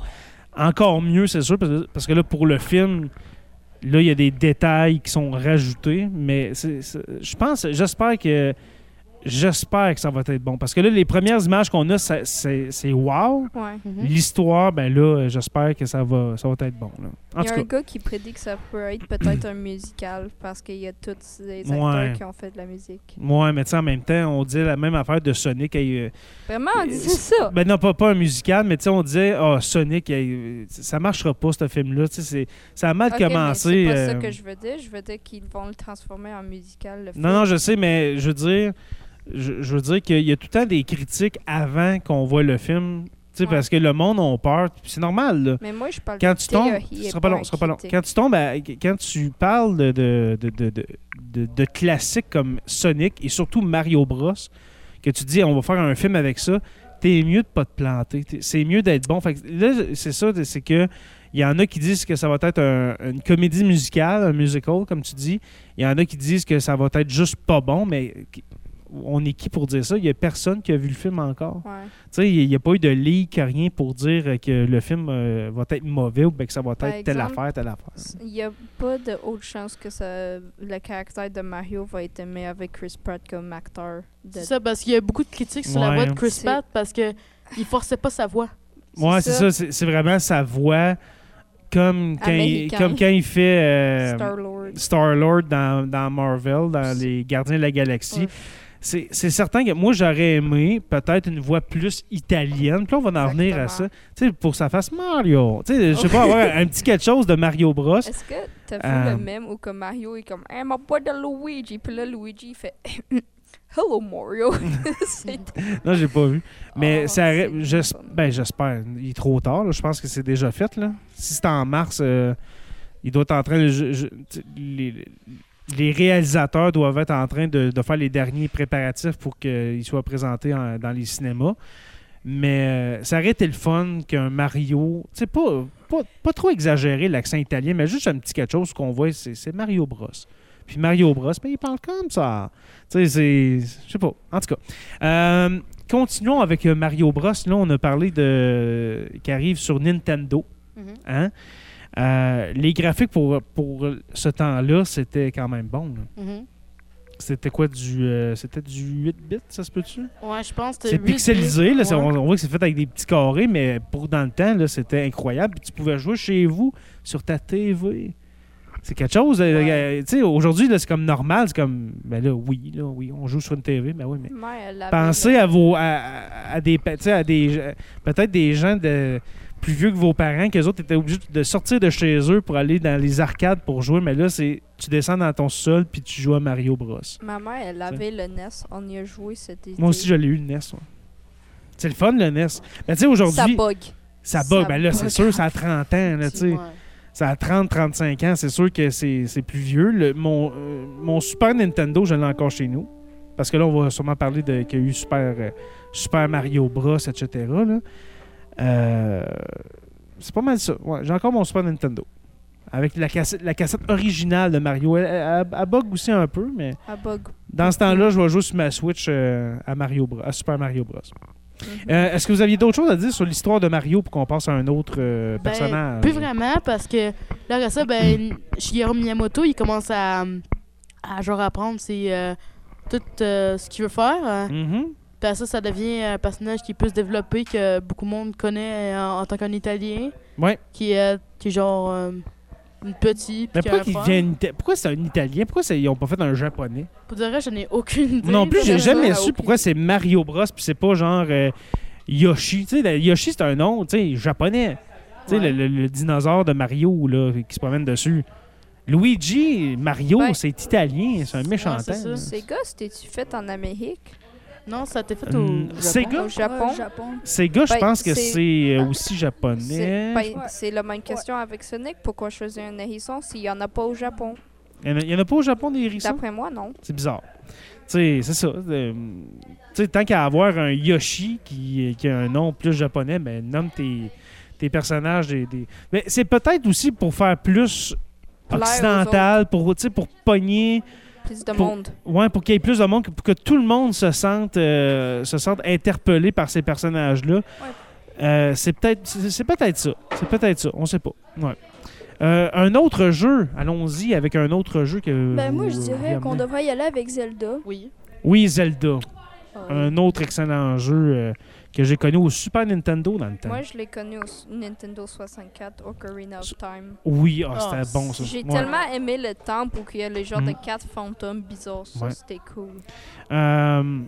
Speaker 1: Encore mieux, c'est sûr, parce que, parce que là, pour le film, là, il y a des détails qui sont rajoutés. Mais c'est- c'est- je pense, j'espère que. J'espère que ça va être bon. Parce que là, les premières images qu'on a, ça- c'est, c'est wow.
Speaker 3: Ouais.
Speaker 2: Mhm.
Speaker 1: L'histoire, ben là, j'espère que ça va, ça va être bon. là. En
Speaker 3: Il y a
Speaker 1: tout
Speaker 3: un
Speaker 1: cas,
Speaker 3: gars qui prédit que ça peut être peut-être un musical parce qu'il y a tous les acteurs
Speaker 1: Ouais.
Speaker 3: qui ont fait de la musique.
Speaker 1: ouais, mais tu sais, en même temps, on dit la même affaire de Sonic. et, euh,
Speaker 3: Vraiment,
Speaker 1: Euh,
Speaker 3: c'est ça.
Speaker 1: Ben non, pas, pas un musical, mais tu sais, on disait, ah, Sonic, euh, ça marchera pas, ce film-là. Tu sais, c'est- ça a mal
Speaker 3: Ok, mais
Speaker 1: commencé.
Speaker 3: C'est pas ça
Speaker 1: euh,
Speaker 3: que je veux dire. Je veux dire qu'ils vont le transformer en musical. Le film.
Speaker 1: Non, non, je sais, mais je veux dire, je, je veux dire qu'il y a tout le temps des critiques avant qu'on voit le film, tu sais,
Speaker 3: Ouais.
Speaker 1: parce que le monde a peur. puis C'est normal, là.
Speaker 3: Mais moi, je parle
Speaker 1: Quand
Speaker 3: de
Speaker 1: tu tombes,
Speaker 3: théorie
Speaker 1: ce
Speaker 3: et
Speaker 1: sera pas long,
Speaker 3: un
Speaker 1: ce sera pas long.
Speaker 3: critique.
Speaker 1: Quand tu tombes, à- quand tu parles de, de, de, de, de- de- de classiques comme Sonic et surtout Mario Bros, que tu dis on va faire un film avec ça, t'es mieux de pas te planter. T'es- C'est mieux d'être bon. Fait que là, c'est ça, c'est que il y en a qui disent que ça va être un- une comédie musicale, un musical, comme tu dis. Il y en a qui disent que ça va être juste pas bon, mais qui- on est qui pour dire ça? Il y a personne qui a vu le film encore.
Speaker 3: Ouais.
Speaker 1: Tu sais, il n'y a pas eu de leak, rien pour dire euh, que le film euh, va être mauvais ou bien que ça va être
Speaker 3: Par
Speaker 1: telle
Speaker 3: Ben, exemple,
Speaker 1: affaire, telle affaire.
Speaker 3: Il n'y a pas de autre chance que ça, le caractère de Mario va être aimé avec Chris Pratt comme acteur. de-
Speaker 2: C'est ça, parce qu'il y a beaucoup de critiques sur la
Speaker 1: Ouais.
Speaker 2: voix de Chris
Speaker 3: C'est-
Speaker 2: Pratt parce que il forçait pas sa voix.
Speaker 1: Ouais, c'est ça, c'est c'est vraiment sa voix comme quand, il,
Speaker 3: Américain.
Speaker 1: comme quand il fait euh,
Speaker 3: Star-Lord.
Speaker 1: Star-Lord dans, dans Marvel, dans
Speaker 3: C'est-
Speaker 1: Les Gardiens de la Galaxie.
Speaker 3: Ouais.
Speaker 1: C'est c'est certain que moi, j'aurais aimé peut-être une voix plus italienne. Puis là, on va en venir à ça.
Speaker 3: Exactement. Oh.
Speaker 1: Tu sais, pour sa face Mario. Tu sais, je sais pas, avoir un petit quelque chose de Mario Bros.
Speaker 3: Est-ce que t'as vu
Speaker 1: Euh,
Speaker 3: le même où comme Mario est comme hey, mon boy de Luigi puis là Luigi il fait Hello Mario C'est-
Speaker 2: Mhm.
Speaker 1: Non, j'ai pas vu. Mais
Speaker 3: Oh,
Speaker 1: ça aurait-
Speaker 3: c'est
Speaker 1: j'es-
Speaker 3: pas mal.
Speaker 1: ben, j'espère. Il est trop tard. là. Je pense que c'est déjà fait. Là. Si c'est en mars, euh, il doit être en train. de- je- je- tu- les, les réalisateurs doivent être en train de, de faire les derniers préparatifs pour qu'ils soient présentés en- dans les cinémas. Mais euh, ça aurait été le fun qu'un Mario. Tu sais, pas, pas, pas trop exagéré l'accent italien, mais juste un petit quelque chose qu'on voit, c'est c'est Mario Bros. Puis Mario Bros, ben, il parle comme ça. Tu sais, c'est. Je sais pas. En tout cas. Euh, continuons avec euh, Mario Bros. Là, on a parlé de. qui arrive sur Nintendo.
Speaker 2: Mhm.
Speaker 1: Hein? Euh, les graphiques pour, pour ce temps-là, c'était quand même bon. là.
Speaker 2: Mhm.
Speaker 1: C'était quoi du. euh, c'était du 8 bits, ça se peut-tu?
Speaker 2: Ouais, je pense que
Speaker 1: C'est pixelisé, là, c'est-
Speaker 2: Ouais.
Speaker 1: on, on voit que c'est fait avec des petits carrés, mais pour dans le temps, là, c'était incroyable. Puis Tu pouvais jouer chez vous, sur ta TV. C'est quelque chose. euh,
Speaker 2: Ouais.
Speaker 1: euh, tu sais, Aujourd'hui, là, c'est comme normal. C'est comme, ben là, oui, là, oui, on joue sur une TV, ben oui, mais
Speaker 3: Ouais, elle l'avait,
Speaker 1: Pensez
Speaker 3: là.
Speaker 1: à vos à, à- à des pa- tu sais, à des je- peut-être des gens de plus vieux que vos parents que autres étaient obligés de sortir de chez eux pour aller dans les arcades pour jouer mais là c'est tu descends dans ton sol puis tu joues à Mario Bros.
Speaker 3: Ma mère, elle avait le NES, on y a joué cet été.
Speaker 1: Moi aussi je l'ai eu le NES. ouais. C'est le fun le NES. Mais tu sais
Speaker 3: Ça
Speaker 1: aujourd'hui
Speaker 3: bug.
Speaker 1: ça bug
Speaker 3: ça
Speaker 1: ben là c'est
Speaker 3: bug.
Speaker 1: sûr ça a 30 ans là tu sais.
Speaker 2: Ouais.
Speaker 1: Ça a 30 35 ans, c'est sûr que c'est c'est plus vieux. Le- mon euh, mon Super Nintendo, je l'ai encore chez nous parce que là, on va sûrement parler de qu'il y a eu Super, euh, Super Mario Bros, etc. là. Euh, c'est pas mal ça. Ouais, j'ai encore mon Super Nintendo. Avec la cassette, la cassette originale de Mario. Elle, elle- elle bug aussi un peu, mais
Speaker 3: à bug.
Speaker 1: dans ce temps-là, je vais jouer sur ma Switch euh, à, Mario Bros, à Super Mario Bros.
Speaker 3: Mhm.
Speaker 1: Euh, Est-ce que vous aviez d'autres choses à dire sur l'histoire de Mario pour qu'on passe à un autre euh,
Speaker 2: Ben,
Speaker 1: personnage?
Speaker 2: Plus vraiment, parce que là, après ça, ben, Shigeru Miyamoto, il commence à, à genre apprendre ses, euh, tout euh, ce qu'il veut faire. hein.
Speaker 1: Mhm.
Speaker 2: Puis après ça, ça devient un personnage qui est plus développé, que beaucoup de monde connaît euh, en, en tant qu'un Italien,
Speaker 1: Ouais.
Speaker 2: qui est, qui est genre euh, une petite.
Speaker 1: Mais
Speaker 2: puis
Speaker 1: pourquoi,
Speaker 2: un
Speaker 1: qu'il
Speaker 2: frère.
Speaker 1: vient d'Ita- pourquoi c'est un Italien? Pourquoi c'est- ils n'ont pas fait un Japonais?
Speaker 2: Pour de vrai, je n'ai aucune idée.
Speaker 1: Moi non plus,
Speaker 2: de Ah,
Speaker 1: j'ai
Speaker 2: ça.
Speaker 1: jamais
Speaker 3: ça,
Speaker 1: su
Speaker 3: aucune
Speaker 1: pourquoi
Speaker 3: idée.
Speaker 1: c'est Mario Bros puis c'est pas genre euh, Yoshi. Tu sais, la- Yoshi, c'est un nom, tu sais, japonais. Tu sais,
Speaker 2: Ouais.
Speaker 1: le, le- le dinosaure de Mario là, qui se promène dessus. Luigi, Mario,
Speaker 3: Ouais.
Speaker 1: c'est italien, c'est un méchant
Speaker 2: Ben, Ouais, c'est ça.
Speaker 1: temps.
Speaker 3: Sega, c'était-tu fait en Amérique?
Speaker 2: Non, ça a été fait
Speaker 1: Hum,
Speaker 2: au.
Speaker 1: c'est
Speaker 2: Japon.
Speaker 1: gars.
Speaker 3: Au Japon?
Speaker 4: Ouais, Japon.
Speaker 1: Sega, je
Speaker 3: Ben,
Speaker 1: pense que
Speaker 3: c'est-
Speaker 1: c'est
Speaker 2: Ah,
Speaker 1: euh, aussi
Speaker 3: C'est
Speaker 1: japonais.
Speaker 3: ben,
Speaker 4: Ouais.
Speaker 3: c'est la même question avec Sonic. Pourquoi choisir un hérisson s'il n'y en a pas au Japon?
Speaker 1: Il y en a- il y en a pas au Japon des hérissons?
Speaker 3: D'après moi, non.
Speaker 1: C'est bizarre. Tu sais, c'est ça. euh, tu sais, tant qu'à avoir un Yoshi qui, qui a un nom plus japonais, mais nomme tes, tes personnages. Des, des- Mais c'est peut-être aussi pour faire plus
Speaker 3: Plaire aux
Speaker 1: occidental, pour, tu sais, pour pogner,
Speaker 3: Plus de
Speaker 1: Pour-
Speaker 3: monde.
Speaker 1: ouais, pour qu'il y ait plus de monde, que- pour que tout le monde se sente, euh, se sente interpellé par ces personnages-là. Euh, c'est peut-être c'est c'est peut-être ça. C'est peut-être ça. On sait pas. Ouais. Euh, un autre jeu, allons-y avec un autre jeu que.
Speaker 4: Ben, moi,
Speaker 1: vous-
Speaker 4: je
Speaker 1: vous
Speaker 4: dirais
Speaker 1: amenez.
Speaker 4: qu'on devrait y aller avec Zelda.
Speaker 2: Oui.
Speaker 1: Oui, Zelda.
Speaker 3: Euh,
Speaker 1: un autre excellent jeu euh, que j'ai connu au Super Nintendo dans le temps.
Speaker 3: Moi, je l'ai connu au s- Nintendo 64, Ocarina of Time.
Speaker 1: Oui, ah,
Speaker 2: Ah,
Speaker 1: c'était bon ça.
Speaker 3: J'ai
Speaker 1: Ouais.
Speaker 3: tellement aimé le temple où il y a le genre
Speaker 1: Mm.
Speaker 3: de quatre fantômes bizarres. Ça,
Speaker 1: Ouais.
Speaker 3: c'était cool.
Speaker 1: Euh,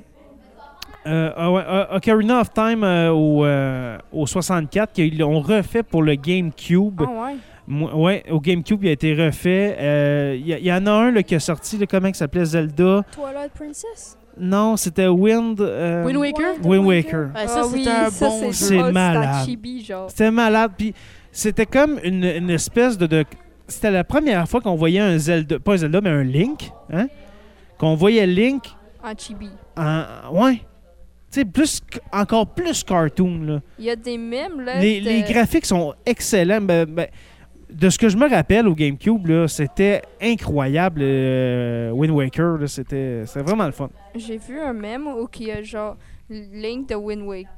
Speaker 1: euh, ah ouais, euh, Ocarina of Time euh, au, euh, au 64, qu'ils l'ont refait pour le GameCube.
Speaker 3: Ah ouais?
Speaker 1: Moi- ouais, au GameCube, il a été refait. Euh, Il y, a- il y en a un là, qui est sorti, là, comment il s'appelait Zelda
Speaker 4: Twilight Princess.
Speaker 1: Non, c'était Wind. euh,
Speaker 2: Wind Waker?
Speaker 4: Wind
Speaker 1: Wind Waker.
Speaker 4: Waker.
Speaker 2: Ouais, ça,
Speaker 3: Ah
Speaker 2: c'est
Speaker 3: oui,
Speaker 2: un
Speaker 3: ça,
Speaker 2: bon
Speaker 1: C'est
Speaker 2: jeu.
Speaker 3: oh, un
Speaker 1: malade.
Speaker 3: chibi, genre.
Speaker 1: C'était malade. Puis c'était comme une, une espèce de. de- c'était la première fois qu'on voyait un Zelda. Pas un Zelda, mais un Link. Hein? Qu'on voyait Link
Speaker 3: En chibi.
Speaker 1: en. Ouais. Tu sais, plus, c- encore plus cartoon. Là.
Speaker 3: Il y a des mèmes, là.
Speaker 1: Les,
Speaker 3: de-
Speaker 1: les graphiques sont excellents. Ben, ben, de ce que je me rappelle au GameCube, là, c'était incroyable. euh, Wind Waker, là, c'était, c'était vraiment le fun.
Speaker 3: J'ai vu un mème où il y a genre Link de Wind Waker.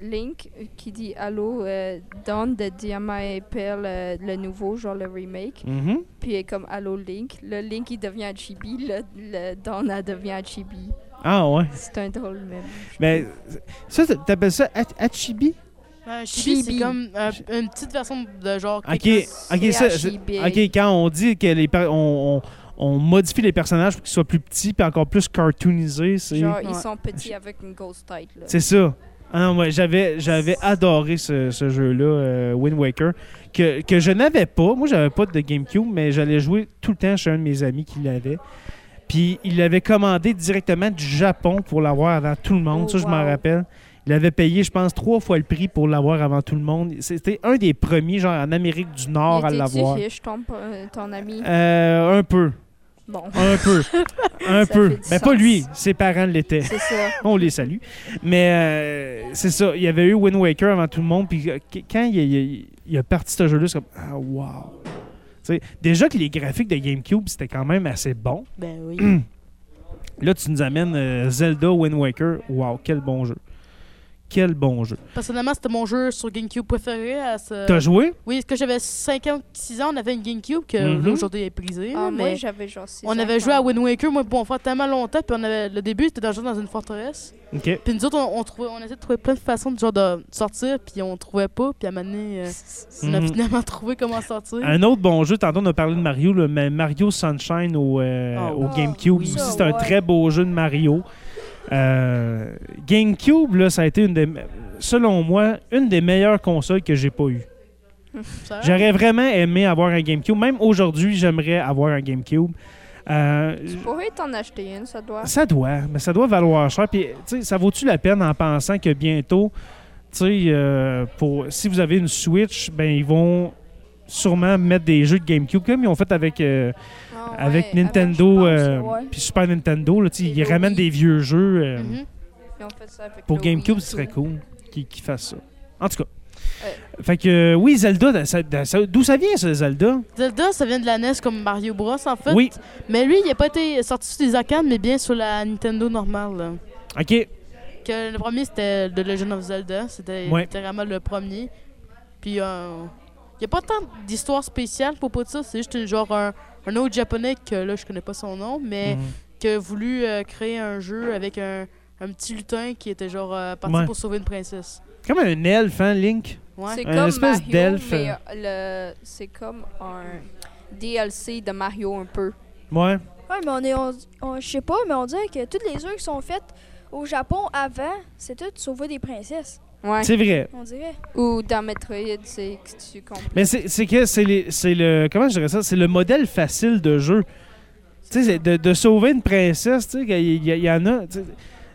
Speaker 3: Link euh, qui dit Allô, euh, Don de Diamant et Pearl, euh, le nouveau, genre le remake.
Speaker 1: Mhm.
Speaker 3: Puis il est comme Allô, Link. Le Link il devient un chibi, le, le Don elle devient un chibi.
Speaker 1: Ah ouais.
Speaker 3: C'est un drôle mème. je
Speaker 1: Mais
Speaker 3: trouve.
Speaker 1: ça, t'a- t'appelles ça Hach- Hachibi?
Speaker 2: Un chibi, c'est
Speaker 3: Chibi.
Speaker 2: comme euh, une petite version de genre.
Speaker 1: Ok,
Speaker 2: quelque chose-
Speaker 1: ok,
Speaker 3: C'est
Speaker 1: ça, c'est-
Speaker 3: archi-big.
Speaker 1: ok, quand on dit que les per- on, on, on modifie les personnages pour qu'ils soient plus petits puis encore plus cartoonisés, c'est
Speaker 3: Genre,
Speaker 2: Ouais.
Speaker 3: ils sont petits avec une ghost tête. Là.
Speaker 1: c'est ça. Ah non, ouais, j'avais j'avais adoré ce, ce jeu-là, euh, Wind Waker, que, que je n'avais pas. Moi, j'avais pas de GameCube, mais j'allais jouer tout le temps chez un de mes amis qui l'avait. Puis il l'avait commandé directement du Japon pour l'avoir avant tout le monde.
Speaker 3: Oh,
Speaker 1: ça, je m'en
Speaker 3: wow.
Speaker 1: rappelle. Il avait payé, je pense, trois fois le prix pour l'avoir avant tout le monde. C'était un des premiers, genre en Amérique du Nord, à
Speaker 3: Il était-tu
Speaker 1: l'avoir.
Speaker 3: riche, ton, euh, ton ami?
Speaker 1: Euh, un peu.
Speaker 3: Bon,
Speaker 1: Un peu. Un
Speaker 3: Ça
Speaker 1: peu.
Speaker 3: fait du
Speaker 1: Mais pas
Speaker 3: sens.
Speaker 1: lui. Ses parents l'étaient.
Speaker 3: c'est ça.
Speaker 1: On les salue. Mais euh, c'est ça. Il y avait eu Wind Waker avant tout le monde. Puis euh, qu- quand il, a- il a- il a parti ce jeu-là, c'est comme Ah, wow. Tu sais, déjà que les graphiques de GameCube, c'était quand même assez bon.
Speaker 2: Ben oui.
Speaker 1: Là, tu nous amènes euh, Zelda Wind Waker. Wow, quel bon jeu. Quel bon jeu.
Speaker 2: Personnellement, c'était mon jeu sur GameCube préféré. À ce...
Speaker 3: Euh,
Speaker 1: T'as joué?
Speaker 2: Oui, quand j'avais 5 ans, 6 ans, on avait une GameCube que
Speaker 1: Mhm.
Speaker 2: là, aujourd'hui elle est brisée.
Speaker 3: Ah,
Speaker 2: là,
Speaker 3: moi,
Speaker 2: mais
Speaker 3: j'avais genre six
Speaker 2: on
Speaker 3: ans
Speaker 2: avait joué à
Speaker 3: quand-
Speaker 2: Wind Waker, moi, bon, on fait tellement longtemps. Puis on avait... le début, c'était dans, genre dans une forteresse.
Speaker 1: OK.
Speaker 2: Puis nous autres, on, on, trouvait... on essayait de trouver plein de façons de, genre, de sortir. Puis on trouvait pas. Puis à un moment donné, euh, on a
Speaker 1: Mhm.
Speaker 2: finalement trouvé comment sortir.
Speaker 1: Un autre bon jeu, tantôt on a parlé de Mario, là, mais Mario Sunshine au, euh,
Speaker 2: Oh,
Speaker 1: au
Speaker 4: oui.
Speaker 1: GameCube.
Speaker 2: Oui.
Speaker 1: aussi,
Speaker 4: Ça,
Speaker 1: c'est un
Speaker 4: ouais.
Speaker 1: très beau jeu de Mario. Euh, GameCube, là, ça a été une des, me- selon moi, une des meilleures consoles que j'ai pas eues.
Speaker 2: Ça-
Speaker 1: J'aurais vraiment aimé avoir un GameCube. Même aujourd'hui, j'aimerais avoir un GameCube. Euh,
Speaker 3: Tu pourrais t'en acheter une, ça
Speaker 2: Ah.
Speaker 3: doit.
Speaker 1: ça doit, mais ça doit valoir cher. Puis, tu sais, ça vaut-tu la peine en pensant que bientôt, tu sais, euh, pour si vous avez une Switch, ben ils vont sûrement mettre des jeux de GameCube comme ils ont fait avec euh,
Speaker 3: Ah ouais,
Speaker 1: avec
Speaker 3: avant,
Speaker 1: Nintendo
Speaker 3: je pense,
Speaker 1: euh,
Speaker 4: ouais.
Speaker 1: puis Super Nintendo là, tu sais,
Speaker 3: Et
Speaker 1: ils
Speaker 3: le
Speaker 1: ramènent
Speaker 3: Wii.
Speaker 1: des vieux jeux euh,
Speaker 2: Mhm.
Speaker 3: ils ont fait ça avec
Speaker 1: pour
Speaker 3: le Wii
Speaker 1: GameCube
Speaker 3: et
Speaker 1: ce serait
Speaker 3: tout.
Speaker 1: cool qu'ils qu'ils fassent ça en tout cas Fait que euh, oui, Zelda, ça- ça- d'où ça vient, ce Zelda?
Speaker 2: Zelda, ça vient de la NES comme Mario Bros, en fait.
Speaker 1: Oui.
Speaker 2: Mais lui, il a pas été sorti sur les arcades, mais bien sur la Nintendo normale. là.
Speaker 1: OK.
Speaker 2: Que le premier, c'était The Legend of Zelda. C'était
Speaker 1: Ouais.
Speaker 2: littéralement le premier. Puis, euh, il n'y a pas tant d'histoire spéciale pour propos de ça. C'est juste un genre un, un autre japonais que là, je connais pas son nom, mais
Speaker 1: Mm.
Speaker 2: qui a voulu euh, créer un jeu avec un, un petit lutin qui était genre euh, parti
Speaker 1: Ouais.
Speaker 2: pour sauver une princesse.
Speaker 1: Comme un elfe, hein, Link?
Speaker 2: Ouais.
Speaker 3: C'est
Speaker 1: Un
Speaker 3: comme
Speaker 1: espèce
Speaker 3: Mario,
Speaker 1: d'elfe.
Speaker 3: mais euh, le- c'est comme un DLC de Mario un peu.
Speaker 1: Ouais.
Speaker 4: Ouais, mais on est. on- on- Je sais pas, mais on dirait que toutes les œuvres qui sont faites au Japon avant, c'est tout sauver des princesses,
Speaker 3: Ouais.
Speaker 1: C'est vrai.
Speaker 4: on dirait.
Speaker 3: Ou dans Metroid, c'est que tu comprends.
Speaker 1: Mais c'est c'est que c'est les- c'est le. Comment je dirais ça? C'est le modèle facile de jeu. Tu sais, c'est de, de sauver une princesse, tu sais, il y, il y en a. tu sais,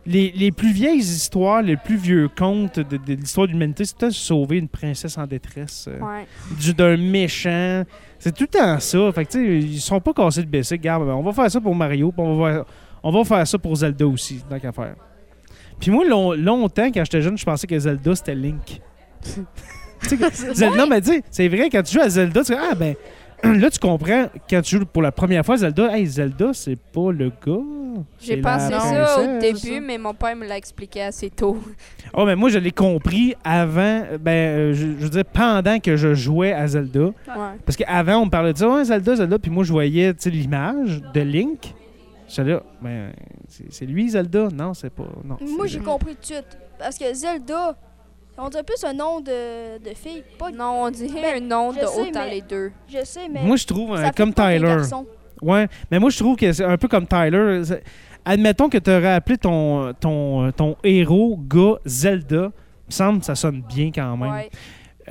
Speaker 1: Les, les plus vieilles histoires, les plus vieux contes de, de l'histoire de l'humanité, c'est peut-être sauver une princesse en détresse euh,
Speaker 3: Ouais.
Speaker 1: du- d'un méchant. C'est tout le temps ça. Fait que, tu sais, ils sont pas cassés de baisser. Garde, on va faire ça pour Mario, puis on va faire, on va faire ça pour Zelda aussi, tant qu'à faire. Puis moi, long- longtemps, quand j'étais jeune, je pensais que Zelda, c'était Link. Zelda, non, mais tu sais, c'est vrai, quand tu joues à Zelda, tu dis, ah ben, là, tu comprends, quand tu joues pour la première fois à Zelda, hey, Zelda, c'est pas le gars. c'est
Speaker 3: J'ai
Speaker 1: la
Speaker 3: pensé ça
Speaker 1: princesse.
Speaker 3: au début, mais mon père me l'a expliqué assez tôt.
Speaker 1: Oh, mais moi, je l'ai compris avant, ben, euh, je, je veux dire, pendant que je jouais à Zelda.
Speaker 3: Ouais.
Speaker 1: Parce qu'avant, on me parlait de ça, ouais, Zelda, Zelda, puis moi, je voyais, tu sais, l'image de Link. J'étais là, ben, c'est c'est lui, Zelda? Non, c'est pas. Non,
Speaker 4: Moi,
Speaker 1: c'est-
Speaker 4: j'ai
Speaker 3: vrai.
Speaker 4: compris tout de suite. Parce que Zelda, on dirait plus un nom de, de fille. Pas
Speaker 3: Non, on dirait un nom
Speaker 4: Oh, ben, je
Speaker 3: de
Speaker 4: sais,
Speaker 3: autant
Speaker 4: mais-
Speaker 3: les deux.
Speaker 4: Je sais, mais.
Speaker 1: Moi, je trouve, euh,
Speaker 4: ça fait
Speaker 1: comme
Speaker 4: pas un
Speaker 1: Tyler.
Speaker 4: garçon.
Speaker 1: Ouais, mais moi je trouve que c'est un peu comme Tyler. C'est- Admettons que tu aurais appelé ton, ton, ton héros gars Zelda. Il me semble que ça sonne bien quand même.
Speaker 3: Ouais.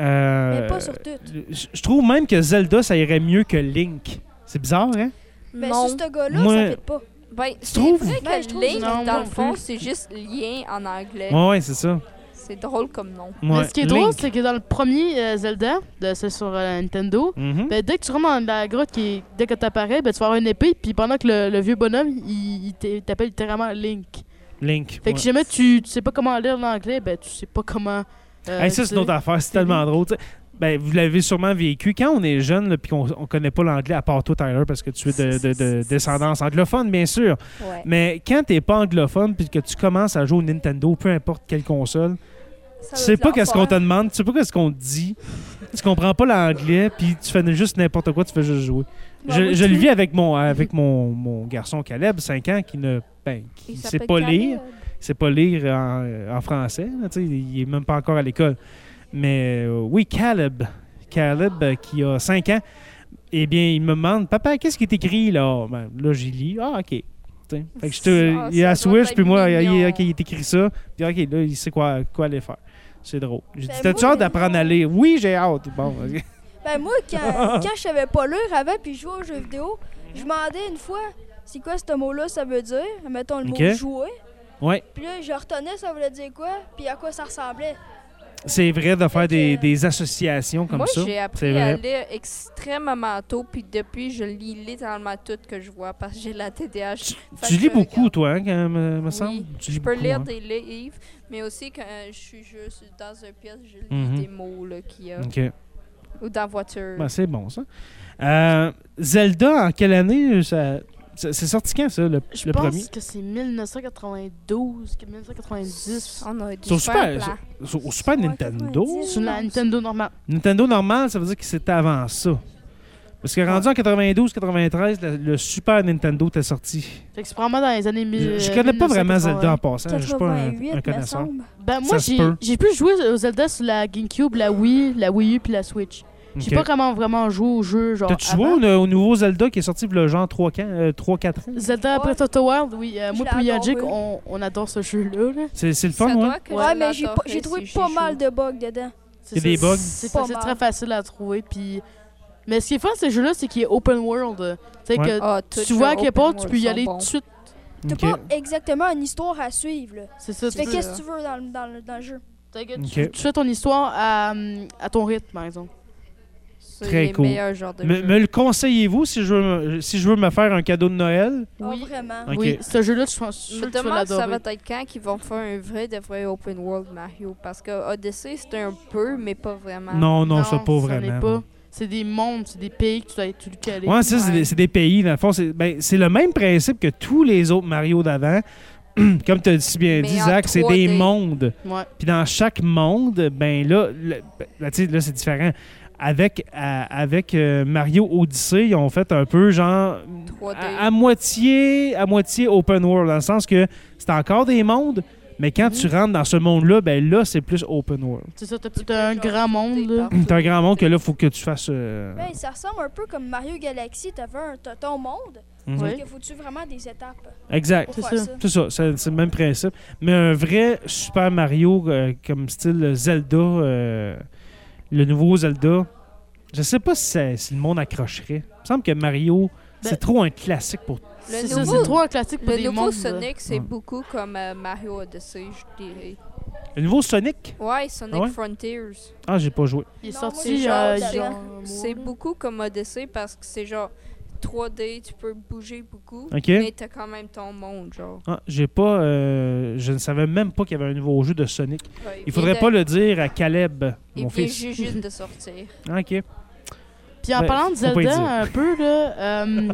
Speaker 1: Euh,
Speaker 4: Mais pas sur tout.
Speaker 1: je je trouve même que Zelda, ça irait mieux que Link. C'est bizarre, hein?
Speaker 4: Mais
Speaker 3: non.
Speaker 4: Ben, sur ce gars-là,
Speaker 1: Moi-
Speaker 4: ça fait pas.
Speaker 3: Ben, c'est
Speaker 1: trouves?
Speaker 3: vrai que
Speaker 4: Ben, je trouve-
Speaker 3: Link,
Speaker 2: Non,
Speaker 3: dans
Speaker 2: moi
Speaker 3: le
Speaker 2: non
Speaker 3: fond,
Speaker 2: plus.
Speaker 3: c'est juste lien en anglais.
Speaker 1: Ouais, ouais, c'est ça.
Speaker 3: C'est drôle comme nom.
Speaker 1: Ouais.
Speaker 2: Mais ce qui est
Speaker 1: Link.
Speaker 2: drôle, c'est que dans le premier euh, Zelda, de- c'est sur euh, Nintendo,
Speaker 1: Mhm.
Speaker 2: Ben, dès que tu rentres dans la grotte, qui est- dès que t'apparais, ben, tu vas avoir une épée, puis pendant que le, le vieux bonhomme, il, il t- il t'appelle littéralement Link.
Speaker 1: Link.
Speaker 2: Fait que
Speaker 1: ouais.
Speaker 2: si jamais tu, tu sais pas comment lire l'anglais, ben tu sais pas comment. euh,
Speaker 1: Hey, ça, c'est
Speaker 2: tu sais.
Speaker 1: une autre affaire. C'est tellement drôle. tu sais. Ben, vous l'avez sûrement vécu. Quand on est jeune, là, puis qu'on on connaît pas l'anglais, à part toi, Tyler, parce que tu es de, de- de descendance anglophone, bien sûr.
Speaker 3: Ouais.
Speaker 1: Mais quand t'es pas anglophone, puis que tu commences à jouer au Nintendo, peu importe quelle console,
Speaker 4: Ça
Speaker 1: tu
Speaker 4: doit
Speaker 1: sais
Speaker 4: être
Speaker 1: pas qu'est-ce qu'on te
Speaker 4: l'enfer.
Speaker 1: demande, tu sais pas qu'est-ce qu'on te dit, tu comprends pas l'anglais, puis tu fais juste n'importe quoi, tu fais juste jouer.
Speaker 4: Bah,
Speaker 1: je
Speaker 4: moi,
Speaker 1: je
Speaker 4: tu-
Speaker 1: le vis avec mon avec mon, mon garçon Caleb, 5 ans, qui ne ben, qui sait pas lire, sait pas lire en, en français, là, tu sais, il est même pas encore à l'école. Mais euh, oui, Caleb, Caleb euh, qui a 5 ans, eh bien, il me demande "Papa, qu'est-ce qui est écrit là Ben, Là, j'y lis. Ah, OK. Tu sais, Fait que je te,
Speaker 3: Ah,
Speaker 1: il est à
Speaker 3: ça doit
Speaker 1: Switch,
Speaker 3: être
Speaker 1: puis moi, il- il,
Speaker 3: mignon.
Speaker 1: OK, il est écrit ça. Puis OK, là, il sait quoi, quoi aller faire. C'est drôle. J'ai dit,
Speaker 4: Ben,
Speaker 1: t'as-tu
Speaker 4: moi,
Speaker 1: hâte d'apprendre à lire? Oui, j'ai hâte. Bon, ok.
Speaker 4: Ben, moi, quand, quand je savais pas lire avant puis jouer aux jeux vidéo, je m'en demandais une fois c'est quoi ce mot-là, ça veut dire. Mettons le
Speaker 1: Ok.
Speaker 4: mot jouer.
Speaker 1: Ouais.
Speaker 4: Puis là, je retenais ça voulait dire quoi, puis à quoi ça ressemblait.
Speaker 1: c'est vrai de faire
Speaker 4: Fait que-
Speaker 1: des, des associations comme
Speaker 3: Moi,
Speaker 1: ça.
Speaker 3: j'ai
Speaker 1: c'est
Speaker 3: appris
Speaker 1: vrai.
Speaker 3: à lire extrêmement tôt, puis depuis, je lis littéralement tout que je vois parce que j'ai la TDAH.
Speaker 1: Tu,
Speaker 3: Fait
Speaker 1: tu
Speaker 3: que
Speaker 1: lis
Speaker 3: je
Speaker 1: beaucoup, toi, hein, quand, me, me
Speaker 3: Oui,
Speaker 1: semble? Tu lis
Speaker 3: Je peux
Speaker 1: beaucoup,
Speaker 3: lire
Speaker 1: hein.
Speaker 3: des livres, mais aussi quand euh, je suis juste dans un pièce, je lis
Speaker 1: Mhm.
Speaker 3: des mots là, qu'il y a.
Speaker 1: OK.
Speaker 3: Ou dans la voiture.
Speaker 1: Mm. Ben, c'est bon, ça. Euh, Zelda, en quelle année? euh, ça- ça- c'est sorti quand, ça, le,
Speaker 2: Je
Speaker 1: le
Speaker 2: pense
Speaker 1: premier?
Speaker 2: que c'est 1992, que 1990.
Speaker 3: On a du
Speaker 1: Sur
Speaker 3: super
Speaker 1: Super-
Speaker 3: plan.
Speaker 1: Au Super
Speaker 4: Ouais,
Speaker 1: Nintendo?
Speaker 4: 90.
Speaker 2: Sur la Nintendo normale.
Speaker 1: Nintendo normal, ça veut dire que c'était avant ça. Parce que rendu en 92-93, le, le Super Nintendo était sorti.
Speaker 2: Fait que c'est probablement dans les années
Speaker 1: Je,
Speaker 2: 1000.
Speaker 1: je connais pas vraiment Zelda en
Speaker 2: 1980.
Speaker 1: passant. Je suis pas un, un
Speaker 4: 88, me
Speaker 1: connaisseur.
Speaker 4: semble.
Speaker 2: Ben,
Speaker 1: Ça
Speaker 2: moi,
Speaker 1: se
Speaker 2: j'ai
Speaker 1: peut.
Speaker 2: j'ai plus joué aux Zelda sur la GameCube, la Wii, la Wii U puis la Switch. J'ai
Speaker 1: Ok.
Speaker 2: pas vraiment vraiment joué au jeu. genre
Speaker 1: T'as-tu
Speaker 2: avant.
Speaker 1: joué au, au nouveau Zelda qui est sorti le genre 3 ans? euh, 3-4 ans?
Speaker 2: Zelda
Speaker 4: Ouais.
Speaker 2: Breath of the Wild, oui. euh,
Speaker 4: Je
Speaker 2: moi
Speaker 4: l'ai
Speaker 2: puis
Speaker 4: adoré.
Speaker 2: Yannick, on, on adore ce jeu-là. là.
Speaker 1: C'est c'est le
Speaker 3: Ça
Speaker 1: fun,
Speaker 3: doit
Speaker 1: ouais?
Speaker 3: que
Speaker 4: Ouais,
Speaker 3: je
Speaker 4: mais j'ai pas-
Speaker 3: l'adorais
Speaker 4: j'ai
Speaker 3: si
Speaker 4: trouvé
Speaker 3: j'y
Speaker 4: pas
Speaker 3: joue.
Speaker 4: mal de bugs dedans.
Speaker 2: C'est-
Speaker 1: des
Speaker 2: c'est-
Speaker 1: bugs.
Speaker 2: C'est
Speaker 4: Pas
Speaker 2: c'est
Speaker 4: mal.
Speaker 2: très facile à trouver. Puis... Mais ce qui est fun, ce jeu-là, c'est qu'il est open world. euh, Tu sais
Speaker 1: Ouais.
Speaker 2: que
Speaker 3: Ah, tout
Speaker 2: tu vois à
Speaker 3: le
Speaker 2: quel point
Speaker 3: open
Speaker 2: tu
Speaker 3: world
Speaker 2: peux y
Speaker 3: sont
Speaker 2: aller
Speaker 3: bons.
Speaker 2: tout de suite.
Speaker 4: T'as
Speaker 1: Ok.
Speaker 4: pas exactement une histoire à suivre. Là.
Speaker 2: C'est ça.
Speaker 4: Tu fais
Speaker 2: tu-
Speaker 4: qu'est-ce que tu veux dans, le- dans, le- dans le jeu.
Speaker 2: tu sais que
Speaker 1: Ok.
Speaker 2: tu- Tu fais ton histoire à, hum, à ton rythme, par exemple.
Speaker 3: C'est
Speaker 1: Très
Speaker 3: les
Speaker 1: cool.
Speaker 3: meilleurs genres de
Speaker 1: Me,
Speaker 3: jeux.
Speaker 1: me le conseillez-vous si je, veux, me- si je veux me faire un cadeau de Noël?
Speaker 4: Oh,
Speaker 2: Oui.
Speaker 4: vraiment.
Speaker 1: Ok.
Speaker 2: Oui, ce jeu-là, je suis
Speaker 3: Je
Speaker 2: sûre
Speaker 3: me
Speaker 2: que tu vas
Speaker 3: demande ça
Speaker 2: l'adorer.
Speaker 3: va être quand qu'ils vont faire un vrai de vrai open world Mario parce que Odyssey c'est un peu mais pas vraiment.
Speaker 1: Non, non, ça pas
Speaker 2: ça l'est
Speaker 1: vraiment.
Speaker 2: pas. C'est des mondes, c'est des pays que tu dois être tout le caler.
Speaker 1: Ouais, ça, c'est
Speaker 3: Ouais.
Speaker 1: des, c'est des pays, dans le fond. C'est ben, c'est le même principe que tous les autres Mario d'avant. Comme tu as si bien
Speaker 3: Mais
Speaker 1: dit,
Speaker 3: en
Speaker 1: Zach, c'est des
Speaker 3: 3D.
Speaker 1: mondes.
Speaker 2: Ouais.
Speaker 1: Puis dans chaque monde, ben là, le- ben, là, tu sais, là, c'est différent. Avec, à- avec euh, Mario Odyssey, ils ont fait un peu genre
Speaker 3: 3D.
Speaker 1: à, à moitié, à moitié open world, dans le sens que c'est encore des mondes, mais quand tu rentres dans ce monde-là, ben là, c'est plus open world.
Speaker 2: C'est ça, t'as t'as un grand monde. là.
Speaker 1: T'as un grand monde que là, faut que tu fasses. euh,
Speaker 4: Ben, ça ressemble un peu comme Mario Galaxy. T'avais un t'as ton monde.
Speaker 1: mhm.
Speaker 2: Ouais.
Speaker 4: Il que faut-tu vraiment des étapes
Speaker 1: Exact.
Speaker 4: pour
Speaker 2: C'est
Speaker 4: faire
Speaker 2: ça.
Speaker 4: ça?
Speaker 1: C'est ça, c'est c'est le même principe. Mais un vrai Super Mario euh, comme style Zelda, euh, le nouveau Zelda, je sais pas si, ça- si le monde accrocherait. Il me semble que Mario,
Speaker 2: Ben-
Speaker 1: c'est trop un classique pour.
Speaker 2: C'est
Speaker 3: Le
Speaker 2: ça,
Speaker 3: nouveau-
Speaker 2: c'est trop un classique pour
Speaker 3: Le
Speaker 2: des
Speaker 3: nouveau
Speaker 2: mondes.
Speaker 3: Sonic c'est
Speaker 1: Ouais.
Speaker 3: beaucoup comme euh, Mario Odyssey je dirais.
Speaker 1: Le nouveau Sonic
Speaker 3: Ouais Sonic
Speaker 1: Ah ouais?
Speaker 3: Frontiers.
Speaker 1: Ah, j'ai pas joué.
Speaker 2: Il est
Speaker 4: Non,
Speaker 2: sorti
Speaker 4: moi,
Speaker 2: euh,
Speaker 4: j'ai
Speaker 2: il y a un
Speaker 4: hâte
Speaker 2: mois,
Speaker 3: C'est
Speaker 2: là.
Speaker 3: beaucoup comme Odyssey parce que c'est genre 3D tu peux bouger beaucoup
Speaker 1: Ok.
Speaker 3: mais t'as quand même ton monde genre.
Speaker 1: Ah, j'ai pas. euh, je ne savais même pas qu'il y avait un nouveau jeu de Sonic.
Speaker 3: Ouais,
Speaker 1: Il faudrait
Speaker 3: vient
Speaker 1: pas
Speaker 3: de-
Speaker 1: le dire à Caleb,
Speaker 3: Il
Speaker 1: mon
Speaker 3: vient
Speaker 1: fils.
Speaker 3: ju- juste de sortir.
Speaker 1: Ah, ok.
Speaker 2: Puis en
Speaker 1: Ben,
Speaker 2: parlant de
Speaker 1: faut pas y dire.
Speaker 2: Zelda, un peu, là, euh,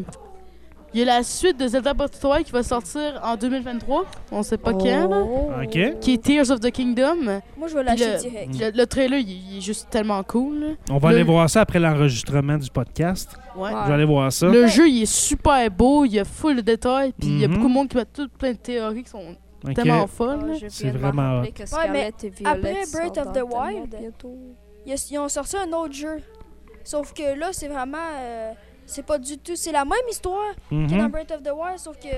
Speaker 2: il y a la suite de Zelda Breath of the Wild qui va sortir en 2023. On sait
Speaker 1: Oh.
Speaker 2: pas quand, là.
Speaker 1: Ok.
Speaker 2: Qui est Tears of the Kingdom.
Speaker 4: Moi, je vais l'acheter
Speaker 2: le-
Speaker 4: direct.
Speaker 1: Mm.
Speaker 2: Le, le trailer, il, il est juste tellement cool. là.
Speaker 1: On va
Speaker 2: Le-
Speaker 1: aller voir ça après l'enregistrement du podcast.
Speaker 2: Ouais.
Speaker 1: Je vais aller voir ça.
Speaker 2: Le jeu, il est super beau, il y a full de détails, puis il y a
Speaker 1: Mhm.
Speaker 2: beaucoup de monde qui met toutes plein de théories qui sont
Speaker 1: Ok.
Speaker 2: tellement folles.
Speaker 3: Oh,
Speaker 2: là.
Speaker 1: C'est vraiment hot.
Speaker 4: Ouais, mais après Breath of the Wild, Ils ont- Ils ont sorti un autre jeu. Sauf que là, c'est vraiment. euh, c'est pas du tout. C'est la même histoire que dans
Speaker 1: Mhm.
Speaker 4: Breath of the Wild, sauf que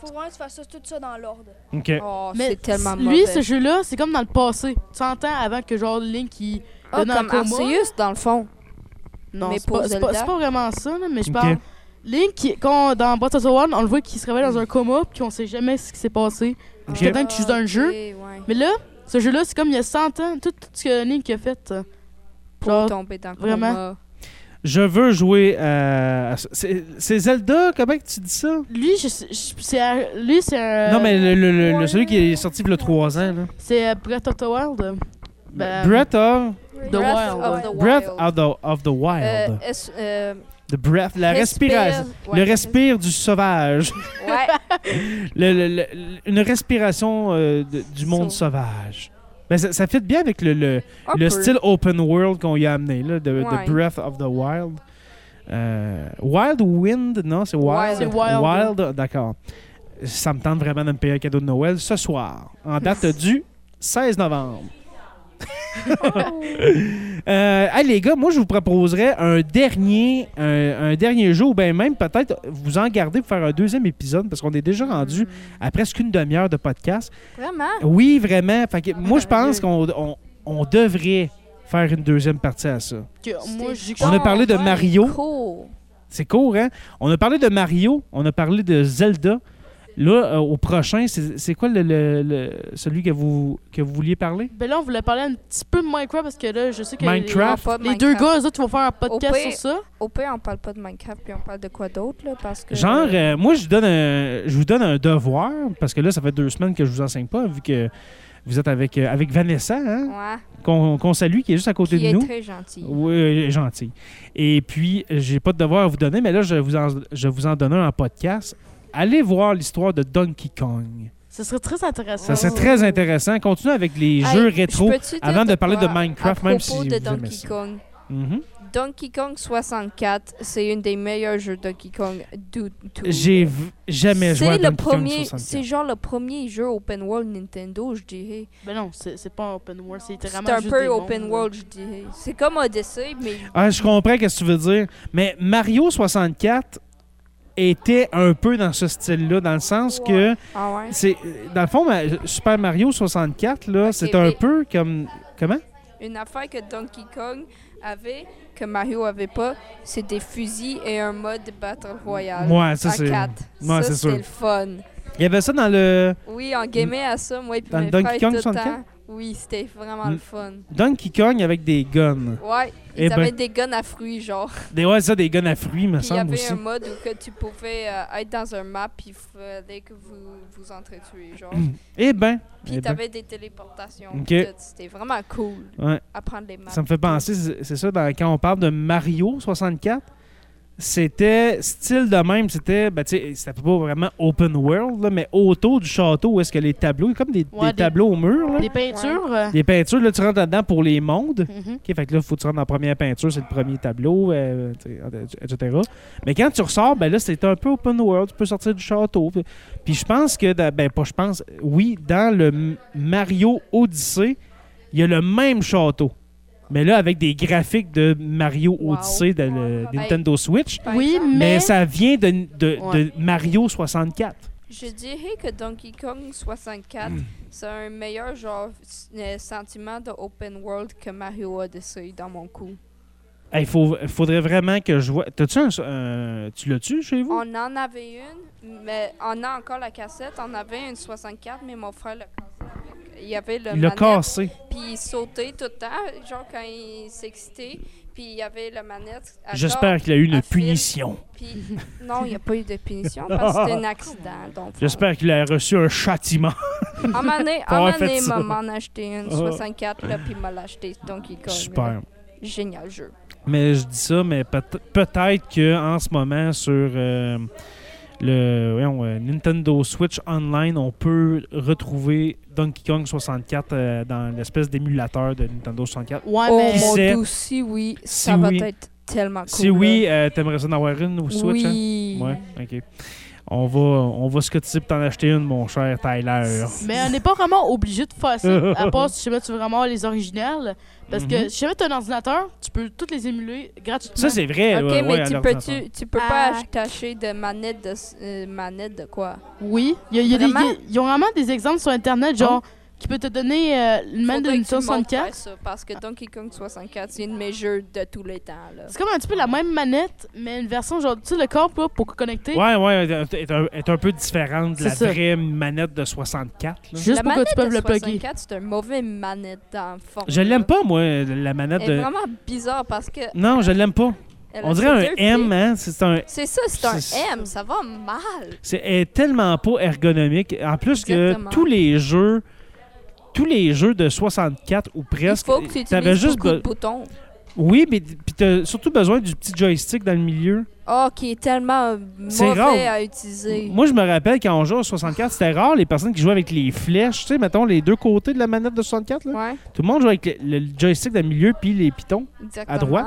Speaker 4: faut vraiment que tu fasses ça- tout ça dans l'ordre.
Speaker 1: Ok.
Speaker 3: Oh,
Speaker 2: Mais
Speaker 3: c'est tellement
Speaker 2: lui,
Speaker 3: mauvais.
Speaker 2: ce jeu-là, c'est comme dans le passé. 100 ans avant que genre Link il
Speaker 3: Ah,
Speaker 2: dans le
Speaker 3: comme
Speaker 2: coma.
Speaker 3: Arceus, dans le fond.
Speaker 2: Non,
Speaker 3: Mais
Speaker 2: c'est
Speaker 3: pour
Speaker 2: pas, c'est pas-
Speaker 3: Zelda.
Speaker 2: c'est pas vraiment ça, là, mais je
Speaker 1: Ok.
Speaker 2: parle. Link, il- quand, dans Breath of the Wild, on le voit qu'il se réveille dans un coma, puis on sait jamais ce qui s'est passé.
Speaker 1: Ok.
Speaker 2: Jusqu'à temps que tu joues dans le jeu.
Speaker 3: Ok, ouais.
Speaker 2: Mais là, ce jeu-là, c'est comme il y a 100 ans, tout, tout ce que Link a fait. euh,
Speaker 3: Pour
Speaker 2: Genre,
Speaker 3: tomber dans le
Speaker 2: vraiment.
Speaker 3: coma.
Speaker 1: Je veux jouer euh, à. à- C'est c'est Zelda, comment que tu dis ça?
Speaker 2: lui, je sais- je- c'est un- lui, c'est un-
Speaker 1: non, mais le, le- le- le- celui
Speaker 4: ouais.
Speaker 1: qui est sorti il y a 3 ans. Là.
Speaker 2: C'est euh, Breath of the Wild. euh, Ben,
Speaker 1: Breath of,
Speaker 2: Wild,
Speaker 4: The
Speaker 3: Breath of
Speaker 2: ouais.
Speaker 3: the Wild.
Speaker 1: breath of the, of the Wild.
Speaker 3: Euh, est-ce- euh,
Speaker 1: the breath, Ah, la respiration.
Speaker 3: respire- ouais.
Speaker 1: Le respire du sauvage.
Speaker 3: Ouais.
Speaker 1: Le- le- le- une respiration euh, de- du monde sauvage. Ben, ça, ça fit bien avec le, le,
Speaker 3: un
Speaker 1: le
Speaker 3: peu.
Speaker 1: style open world qu'on y a amené, là, de, de
Speaker 3: Ouais.
Speaker 1: Breath of the Wild. Euh, wild Wind, non, c'est Wild.
Speaker 3: Wild. C'est
Speaker 2: Wild.
Speaker 1: Wild, d'accord. Ça me tente vraiment de me payer un cadeau de Noël ce soir, en date du 16 novembre. Euh, hey, les gars, moi je vous proposerais un dernier, un, un dernier jeu, ou bien même peut-être vous en garder pour faire un deuxième épisode, parce qu'on est déjà rendu
Speaker 3: Mm.
Speaker 1: à presque une demi-heure de podcast.
Speaker 3: Vraiment?
Speaker 1: Oui, vraiment. Fait que moi, je pense
Speaker 3: Merveilleux.
Speaker 1: qu'on on- on devrait faire une deuxième partie à ça.
Speaker 2: que moi, j'ai
Speaker 1: On a parlé de
Speaker 3: Ouais,
Speaker 1: Mario.
Speaker 3: cool.
Speaker 1: C'est court, hein? On a parlé de Mario, on a parlé de Zelda. Là, euh, au prochain, c'est c'est quoi le, le- le- celui que vous, que vous vouliez parler?
Speaker 2: Ben là, on voulait parler un petit peu de Minecraft parce que là, je sais que les-
Speaker 1: Minecraft.
Speaker 3: On parle pas de
Speaker 2: les, deux
Speaker 3: Minecraft.
Speaker 2: gars, eux autres, vont faire un podcast
Speaker 3: Au pire-
Speaker 2: sur ça.
Speaker 3: Au pire, on parle pas de Minecraft, puis on parle de quoi d'autre, là, parce que...
Speaker 1: Genre, euh, moi, je, donne un- je vous donne un devoir, parce que là, ça fait deux semaines que je vous enseigne pas, vu que vous êtes avec, euh, avec Vanessa, hein,
Speaker 3: Ouais,
Speaker 1: qu'on qu'on salue, qui est juste à côté
Speaker 3: qui
Speaker 1: de
Speaker 3: est
Speaker 1: nous.
Speaker 3: très gentil.
Speaker 1: Oui, elle est gentille. Et puis, euh, j'ai pas de devoir à vous donner, mais là, je vous en, je vous en donne un en podcast. Allez voir l'histoire de Donkey Kong.
Speaker 2: Ce serait très intéressant.
Speaker 1: Ça, c'est très intéressant. Continuez avec les
Speaker 3: Oh. Hey,
Speaker 1: jeux
Speaker 3: je
Speaker 1: rétro.
Speaker 3: peux-tu dire
Speaker 1: avant de parler de
Speaker 3: quoi
Speaker 1: Minecraft,
Speaker 3: à
Speaker 1: même
Speaker 3: propos
Speaker 1: si
Speaker 3: de
Speaker 1: vous aimez
Speaker 3: Donkey
Speaker 1: ça.
Speaker 3: Kong.
Speaker 1: Mhm.
Speaker 3: Donkey Kong 64, c'est un des meilleurs jeux Donkey Kong du tout.
Speaker 1: J'ai v- jamais joué à
Speaker 3: C'est le
Speaker 1: Donkey Kong
Speaker 3: premier,
Speaker 1: 64.
Speaker 3: c'est genre le premier jeu open world Nintendo, je dirais.
Speaker 2: Ben non, c'est c'est pas un open world, c'est
Speaker 3: C'est
Speaker 2: littéralement
Speaker 3: un
Speaker 2: juste
Speaker 3: peu
Speaker 2: des
Speaker 3: open
Speaker 2: mondes, là.
Speaker 3: world, je dirais. C'est comme Odyssey, mais
Speaker 1: Ah, je comprends quest ce que tu veux dire. Mais Mario 64 était un peu dans ce style-là, dans le sens que
Speaker 3: ah ouais.
Speaker 1: c'est dans le fond ma- Super Mario 64 là, c'est un
Speaker 3: mais-
Speaker 1: peu comme comment
Speaker 3: Une affaire que Donkey Kong avait que Mario avait pas, c'est des fusils et un mode battle royale.
Speaker 1: Ouais, ça,
Speaker 3: à
Speaker 1: c'est-
Speaker 3: quatre.
Speaker 1: ouais,
Speaker 3: ça,
Speaker 1: c'est sûr.
Speaker 3: c'est le fun.
Speaker 1: Il y avait ça dans le
Speaker 3: Oui, on gamait à ça, moi et puis
Speaker 1: Dans
Speaker 3: mes
Speaker 1: Donkey
Speaker 3: frères
Speaker 1: Kong
Speaker 3: tout le temps.
Speaker 1: 64?
Speaker 3: Oui, c'était vraiment
Speaker 1: Mm.
Speaker 3: le fun.
Speaker 1: Donkey Kong avec des guns.
Speaker 3: Ouais,
Speaker 1: Eh
Speaker 3: ils
Speaker 1: ben.
Speaker 3: avaient des guns à fruits, genre.
Speaker 1: Des, ouais, ça, des guns à fruits, me
Speaker 3: Puis il y
Speaker 1: semble
Speaker 3: avait
Speaker 1: aussi.
Speaker 3: un mode où que tu pouvais euh, être dans un map, puis il fallait que vous vous entretuiez, genre.
Speaker 1: Eh ben,
Speaker 3: Puis
Speaker 1: eh ben.
Speaker 3: t'avais des téléportations.
Speaker 1: Ok.
Speaker 3: puis tout. C'était vraiment cool
Speaker 1: Ouais.
Speaker 3: apprendre les maps.
Speaker 1: Ça me fait penser, c'est- c'est ça, dans- quand on parle de Mario 64, c'était style de même, c'était, ben, tu sais, c'était pas vraiment open world, là, mais autour du château, où est-ce que les tableaux, comme des,
Speaker 2: Ouais,
Speaker 1: des
Speaker 2: des-
Speaker 1: tableaux au mur, là,
Speaker 2: Des peintures. euh,
Speaker 1: des peintures, là, tu rentres là-dedans pour les mondes.
Speaker 2: mhm.
Speaker 1: OK, fait que là, faut que tu rentres dans la première peinture, c'est le premier tableau, euh, tu sais, etc. Mais quand tu ressors, ben là, c'est un peu open world, tu peux sortir du château. Puis- Puis je pense que, dans- ben pas je pense, oui, dans le M- Mario Odyssey, il y a le même château. Mais là, avec des graphiques de Mario
Speaker 3: Wow.
Speaker 1: Odyssey de le- Nintendo Switch.
Speaker 3: Par
Speaker 2: Oui,
Speaker 3: exemple,
Speaker 1: Mais
Speaker 2: mais.
Speaker 1: ça vient de, de-
Speaker 2: Ouais.
Speaker 1: de Mario 64.
Speaker 3: Je dirais que Donkey Kong 64,
Speaker 1: Mm.
Speaker 3: c'est un meilleur genre s- euh, sentiment de open world que Mario Odyssey dans mon coup.
Speaker 1: Il faut, faudrait vraiment que je vois. T'as-tu un. un- tu l'as-tu chez vous?
Speaker 3: On en avait une, mais on a encore la cassette. On avait une 64, mais mon frère l'a cassée avec- Il y avait le,
Speaker 1: Il l'a
Speaker 3: manette,
Speaker 1: cassé.
Speaker 3: puis il sautait tout le temps, genre quand il s'excitait, puis il y avait la manette. à
Speaker 1: J'espère qu'il a eu une
Speaker 3: à fil.
Speaker 1: punition.
Speaker 3: corps, Puis non, il n'y a pas eu de punition parce que c'était un accident. Donc,
Speaker 1: J'espère qu'il a reçu un châtiment.
Speaker 3: En année,
Speaker 1: Pour
Speaker 3: en
Speaker 1: avoir fait
Speaker 3: année,
Speaker 1: ça.
Speaker 3: maman en a acheté une
Speaker 1: Ah.
Speaker 3: 64, là, puis il m'a l'acheté Donkey Kong. là.
Speaker 1: Super.
Speaker 3: Génial jeu.
Speaker 1: Mais je dis ça, mais peut- peut-être que en ce moment sur euh, le voyons, euh, Nintendo Switch Online, on peut retrouver Donkey Kong 64 euh, dans l'espèce d'émulateur de Nintendo 64.
Speaker 2: Ouais,
Speaker 3: oh
Speaker 2: mais.
Speaker 3: mon
Speaker 1: c'est-
Speaker 3: dieu, si oui,
Speaker 1: si
Speaker 3: ça va
Speaker 1: oui.
Speaker 3: être tellement cool.
Speaker 1: Si oui, euh, t'aimerais ça en avoir une au
Speaker 3: là.
Speaker 1: Switch, hein?
Speaker 3: oui.
Speaker 1: Ouais, ok. On va, on va se cotiser pour t'en acheter une, mon cher Tyler.
Speaker 2: Mais on n'est pas vraiment obligé de faire ça, à part si jamais tu veux vraiment les originales. Parce que
Speaker 1: Mhm.
Speaker 2: si jamais tu as un ordinateur, tu peux toutes les émuler gratuitement.
Speaker 1: Ça, c'est vrai.
Speaker 3: Ok,
Speaker 1: ouais, ouais,
Speaker 3: mais
Speaker 1: à
Speaker 3: tu, peux,
Speaker 1: l'ordinateur.
Speaker 3: tu, tu peux pas
Speaker 2: Ah.
Speaker 3: t'acheter de manette de, s- euh, manette de quoi?
Speaker 2: Oui. Il y a, il y a des,
Speaker 3: Vraiment?
Speaker 2: il y a vraiment des exemples sur Internet,
Speaker 1: Ah.
Speaker 2: genre, qui peut te donner euh, une main de
Speaker 3: Faudrait que tu
Speaker 2: Nintendo
Speaker 3: me montres
Speaker 2: 64.
Speaker 3: faire ça, parce que Donkey Kong 64, c'est un de mes jeux de tous les temps. Là.
Speaker 2: C'est comme un petit peu la même manette, mais une version genre, tu sais, le corps là, pour connecter.
Speaker 1: Ouais, ouais, est- est un, est un peu différente de la
Speaker 2: C'est ça.
Speaker 1: vraie manette de 64. là.
Speaker 2: Juste
Speaker 3: La
Speaker 2: pour que tu
Speaker 3: manette
Speaker 2: peux
Speaker 3: de
Speaker 2: le plugger.
Speaker 3: 64, c'est un mauvais manette d'enfant.
Speaker 1: Je l'aime pas, moi, la manette
Speaker 3: Elle est
Speaker 1: de.
Speaker 3: vraiment bizarre parce que.
Speaker 1: Non, je l'aime pas.
Speaker 3: elle a
Speaker 1: On dirait un
Speaker 3: deux
Speaker 1: M,
Speaker 3: pieds.
Speaker 1: hein? C'est un.
Speaker 3: C'est ça, c'est un
Speaker 1: C'est-
Speaker 3: M, ça va mal.
Speaker 1: C'est elle est tellement pas ergonomique. En plus
Speaker 3: Exactement.
Speaker 1: que tous les jeux. Tous les jeux de 64 ou
Speaker 3: Il
Speaker 1: presque.
Speaker 3: faut que tu
Speaker 1: t'avais
Speaker 3: utilises
Speaker 1: juste
Speaker 3: beaucoup de
Speaker 1: be-
Speaker 3: boutons.
Speaker 1: Oui, mais puis t'as surtout besoin du petit joystick dans le milieu.
Speaker 3: Oh, qui est tellement euh,
Speaker 1: C'est
Speaker 3: mauvais
Speaker 1: rare.
Speaker 3: à utiliser.
Speaker 1: Moi, je me rappelle quand on jouait au 64, c'était rare les personnes qui jouaient avec les flèches, tu sais, mettons les deux côtés de la manette de 64. là.
Speaker 3: Ouais,
Speaker 1: Tout le monde jouait avec le, le joystick dans le milieu puis les pitons.
Speaker 3: exactement.
Speaker 1: droite?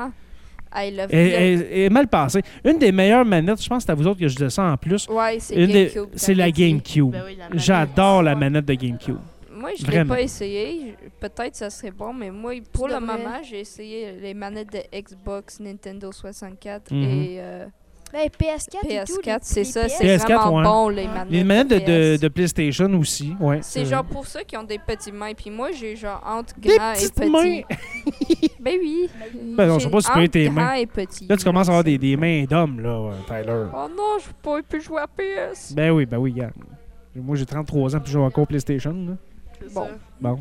Speaker 3: Hey, le-
Speaker 1: Elle-
Speaker 3: le-
Speaker 1: elle- elle est mal passée. Une des meilleures manettes, je pense que c'est à vous autres que je disais ça en plus.
Speaker 3: Ouais, c'est
Speaker 1: Une des-
Speaker 3: GameCube.
Speaker 1: C'est la
Speaker 3: t'avais dit.
Speaker 1: GameCube.
Speaker 2: Ben oui, la manette.
Speaker 1: J'adore la manette de GameCube.
Speaker 3: Moi, je l'ai
Speaker 1: Vraiment.
Speaker 3: pas essayé. Je- Peut-être ça serait bon, mais moi, pour
Speaker 4: Tu
Speaker 3: le
Speaker 4: devrais.
Speaker 3: moment, j'ai essayé les manettes de Xbox, Nintendo 64
Speaker 1: Mhm.
Speaker 3: et euh,
Speaker 4: Ben, PS4 et tout.
Speaker 3: PS4. C'est ça, c'est
Speaker 1: PS4,
Speaker 3: vraiment
Speaker 1: ouais.
Speaker 3: bon, les
Speaker 4: Les
Speaker 3: manettes.
Speaker 1: Les manettes de, de-
Speaker 3: PS.
Speaker 1: de PlayStation aussi, ouais.
Speaker 3: C'est
Speaker 1: vrai.
Speaker 3: genre pour ceux qui ont des petits mains. Puis moi, j'ai genre entre
Speaker 1: des
Speaker 3: grand et
Speaker 1: petites
Speaker 3: petit.
Speaker 1: mains.
Speaker 3: Ben oui.
Speaker 1: Ben non, je sais pas si tu peux
Speaker 3: Entre
Speaker 1: être tes
Speaker 3: grand
Speaker 1: mains.
Speaker 3: et petit.
Speaker 1: Là, tu commences à avoir des, des mains d'hommes, là, euh, Tyler.
Speaker 3: Oh non, je pourrais plus jouer à PS.
Speaker 1: Ben oui, ben oui, regarde. Moi, j'ai 33 ans puis je joue encore au PlayStation. là.
Speaker 3: Bon.
Speaker 1: Bon.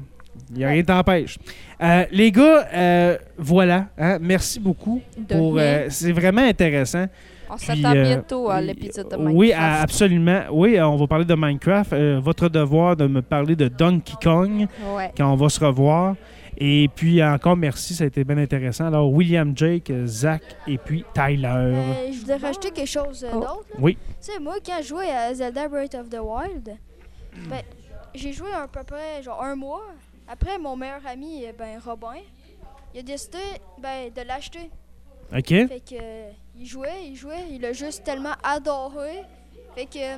Speaker 1: Il n'y a rien qui t'empêche. Euh, les gars, euh, voilà. hein, merci beaucoup.
Speaker 3: De
Speaker 1: pour.
Speaker 3: rien.
Speaker 1: euh, C'est vraiment intéressant.
Speaker 3: On
Speaker 1: puis,
Speaker 3: s'attend
Speaker 1: euh,
Speaker 3: bientôt à l'épisode de Minecraft.
Speaker 1: Oui, à- absolument. Oui, euh, on va parler de Minecraft. Euh, votre devoir de me parler de Donkey Kong.
Speaker 3: Ouais.
Speaker 1: quand on va se revoir. Et puis encore merci, ça a été bien intéressant. Alors William Jake, euh, Zach et puis Tyler.
Speaker 4: Euh, je voulais rajouter quelque chose euh,
Speaker 3: Oh.
Speaker 4: d'autre. là.
Speaker 1: Oui.
Speaker 4: Tu sais, moi, quand je jouais à Zelda Breath of the Wild, ben, j'ai joué à peu près genre un mois. Après, mon meilleur ami, euh, ben, Robin, il a décidé ben, de l'acheter.
Speaker 1: OK?
Speaker 4: Fait que, euh, il jouait, il jouait, il a juste tellement adoré. Fait que, euh,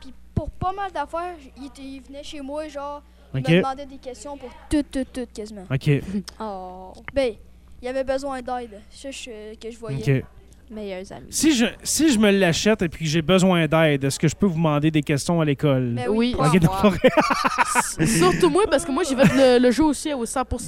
Speaker 4: puis pour pas mal d'affaires, il, était- il venait chez moi, genre, il
Speaker 1: OK.
Speaker 4: me demandait des questions pour tout, tout, tout quasiment.
Speaker 1: OK.
Speaker 3: Oh,
Speaker 4: Ben, il avait besoin d'aide, ça je- euh, que je voyais.
Speaker 1: OK.
Speaker 3: meilleurs amis.
Speaker 1: Si je si je me l'achète et puis que j'ai besoin d'aide, est-ce que je peux vous demander des questions à l'école?
Speaker 4: Ben
Speaker 2: Oui.
Speaker 4: pas
Speaker 1: Ok,
Speaker 4: moi.
Speaker 1: d'accord.
Speaker 2: Surtout moi, parce que moi, j'ai fait le, le jeu aussi au 100%.
Speaker 1: Bon.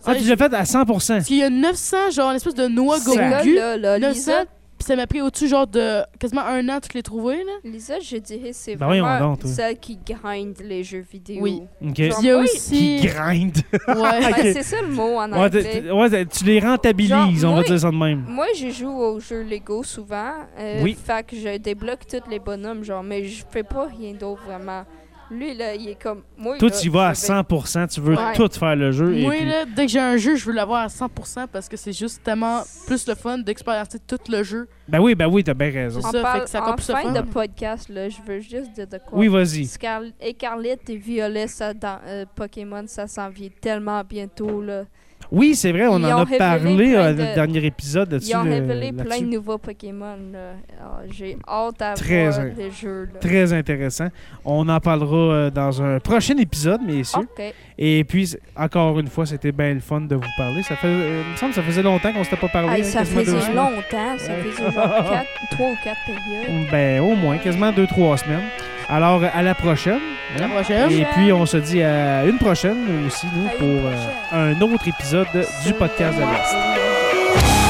Speaker 2: Ça,
Speaker 1: Ah, tu
Speaker 2: je-
Speaker 1: l'as fait à 100
Speaker 2: Parce qu'il y a 900, genre, une espèce de noix
Speaker 3: Ce
Speaker 2: gogu.
Speaker 3: gars-là, là,
Speaker 2: 900,
Speaker 3: Lisa,
Speaker 2: Puis ça m'a pris au-dessus, genre, de quasiment un an, toutes les trouver, là.
Speaker 3: Lisa, je dirais, c'est
Speaker 1: Ben voyons
Speaker 3: vraiment
Speaker 1: donc, toi.
Speaker 3: celle qui grinde les jeux vidéo.
Speaker 2: Oui.
Speaker 1: OK.
Speaker 3: Genre,
Speaker 2: Il y a
Speaker 3: oui.
Speaker 1: Qui
Speaker 2: aussi.
Speaker 1: grindent.
Speaker 2: Ouais.
Speaker 3: Ben,
Speaker 1: Ok.
Speaker 3: C'est ça le mot en
Speaker 1: Ouais,
Speaker 3: anglais.
Speaker 1: t- ouais, tu les rentabilises,
Speaker 3: Genre,
Speaker 1: on va
Speaker 3: moi,
Speaker 1: dire ça de même.
Speaker 3: Moi, je joue aux jeux Lego souvent. euh,
Speaker 1: Oui.
Speaker 3: Fait que je débloque tous les bonhommes, genre, mais je fais pas rien d'autre vraiment. Lui, là, il est comme. Moi,
Speaker 1: Toi,
Speaker 3: là,
Speaker 1: tu y vas à
Speaker 3: je vais-
Speaker 1: 100 tu veux
Speaker 3: Ouais.
Speaker 1: tout faire le jeu. et
Speaker 2: Moi,
Speaker 1: puis-
Speaker 2: là, dès que j'ai un jeu, je veux l'avoir à 100% parce que c'est juste tellement plus le fun d'expérimenter tout le jeu.
Speaker 1: Ben oui, ben oui, t'as bien raison.
Speaker 2: C'est
Speaker 3: On
Speaker 2: ça, fait
Speaker 3: parle
Speaker 2: que ça
Speaker 3: en
Speaker 2: coupe ce
Speaker 3: fin
Speaker 2: fun.
Speaker 3: de podcast, là, je veux juste dire de quoi.
Speaker 1: Oui, vas-y.
Speaker 3: Scar- Écarlate et Violet, ça, dans euh, Pokémon, ça s'en vient tellement bientôt, là.
Speaker 1: Oui, c'est vrai, on
Speaker 3: Ils
Speaker 1: en
Speaker 3: ont
Speaker 1: a
Speaker 3: révélé
Speaker 1: parlé
Speaker 3: plein
Speaker 1: euh,
Speaker 3: de-
Speaker 1: dans le dernier épisode là-dessus.
Speaker 3: Ils ont
Speaker 1: le-
Speaker 3: révélé plein
Speaker 1: là-dessus.
Speaker 3: de nouveaux Pokémon, là. Alors, J'ai hâte à
Speaker 1: Très
Speaker 3: voir
Speaker 1: in-
Speaker 3: les jeux, là.
Speaker 1: Très intéressant. On en parlera euh, dans un prochain épisode, messieurs.
Speaker 3: Ok.
Speaker 1: Et puis, c- encore une fois, c'était bien le fun de vous parler. Ça fait, euh, il me semble que ça faisait longtemps qu'on s'était pas parlé.
Speaker 3: Hey,
Speaker 1: hein,
Speaker 3: ça
Speaker 1: quasiment deux
Speaker 3: faisait
Speaker 1: semaines.
Speaker 3: longtemps, ça
Speaker 1: Ouais.
Speaker 3: faisait genre 3 ou 4 périodes.
Speaker 1: Ben, au moins, quasiment deux, trois semaines. Alors, à la prochaine.
Speaker 2: À la
Speaker 1: hein.
Speaker 2: prochaine.
Speaker 1: Et puis, on se dit à une prochaine aussi, nous,
Speaker 4: À une
Speaker 1: pour euh, un autre épisode du podcast de l'Est.
Speaker 3: Merci.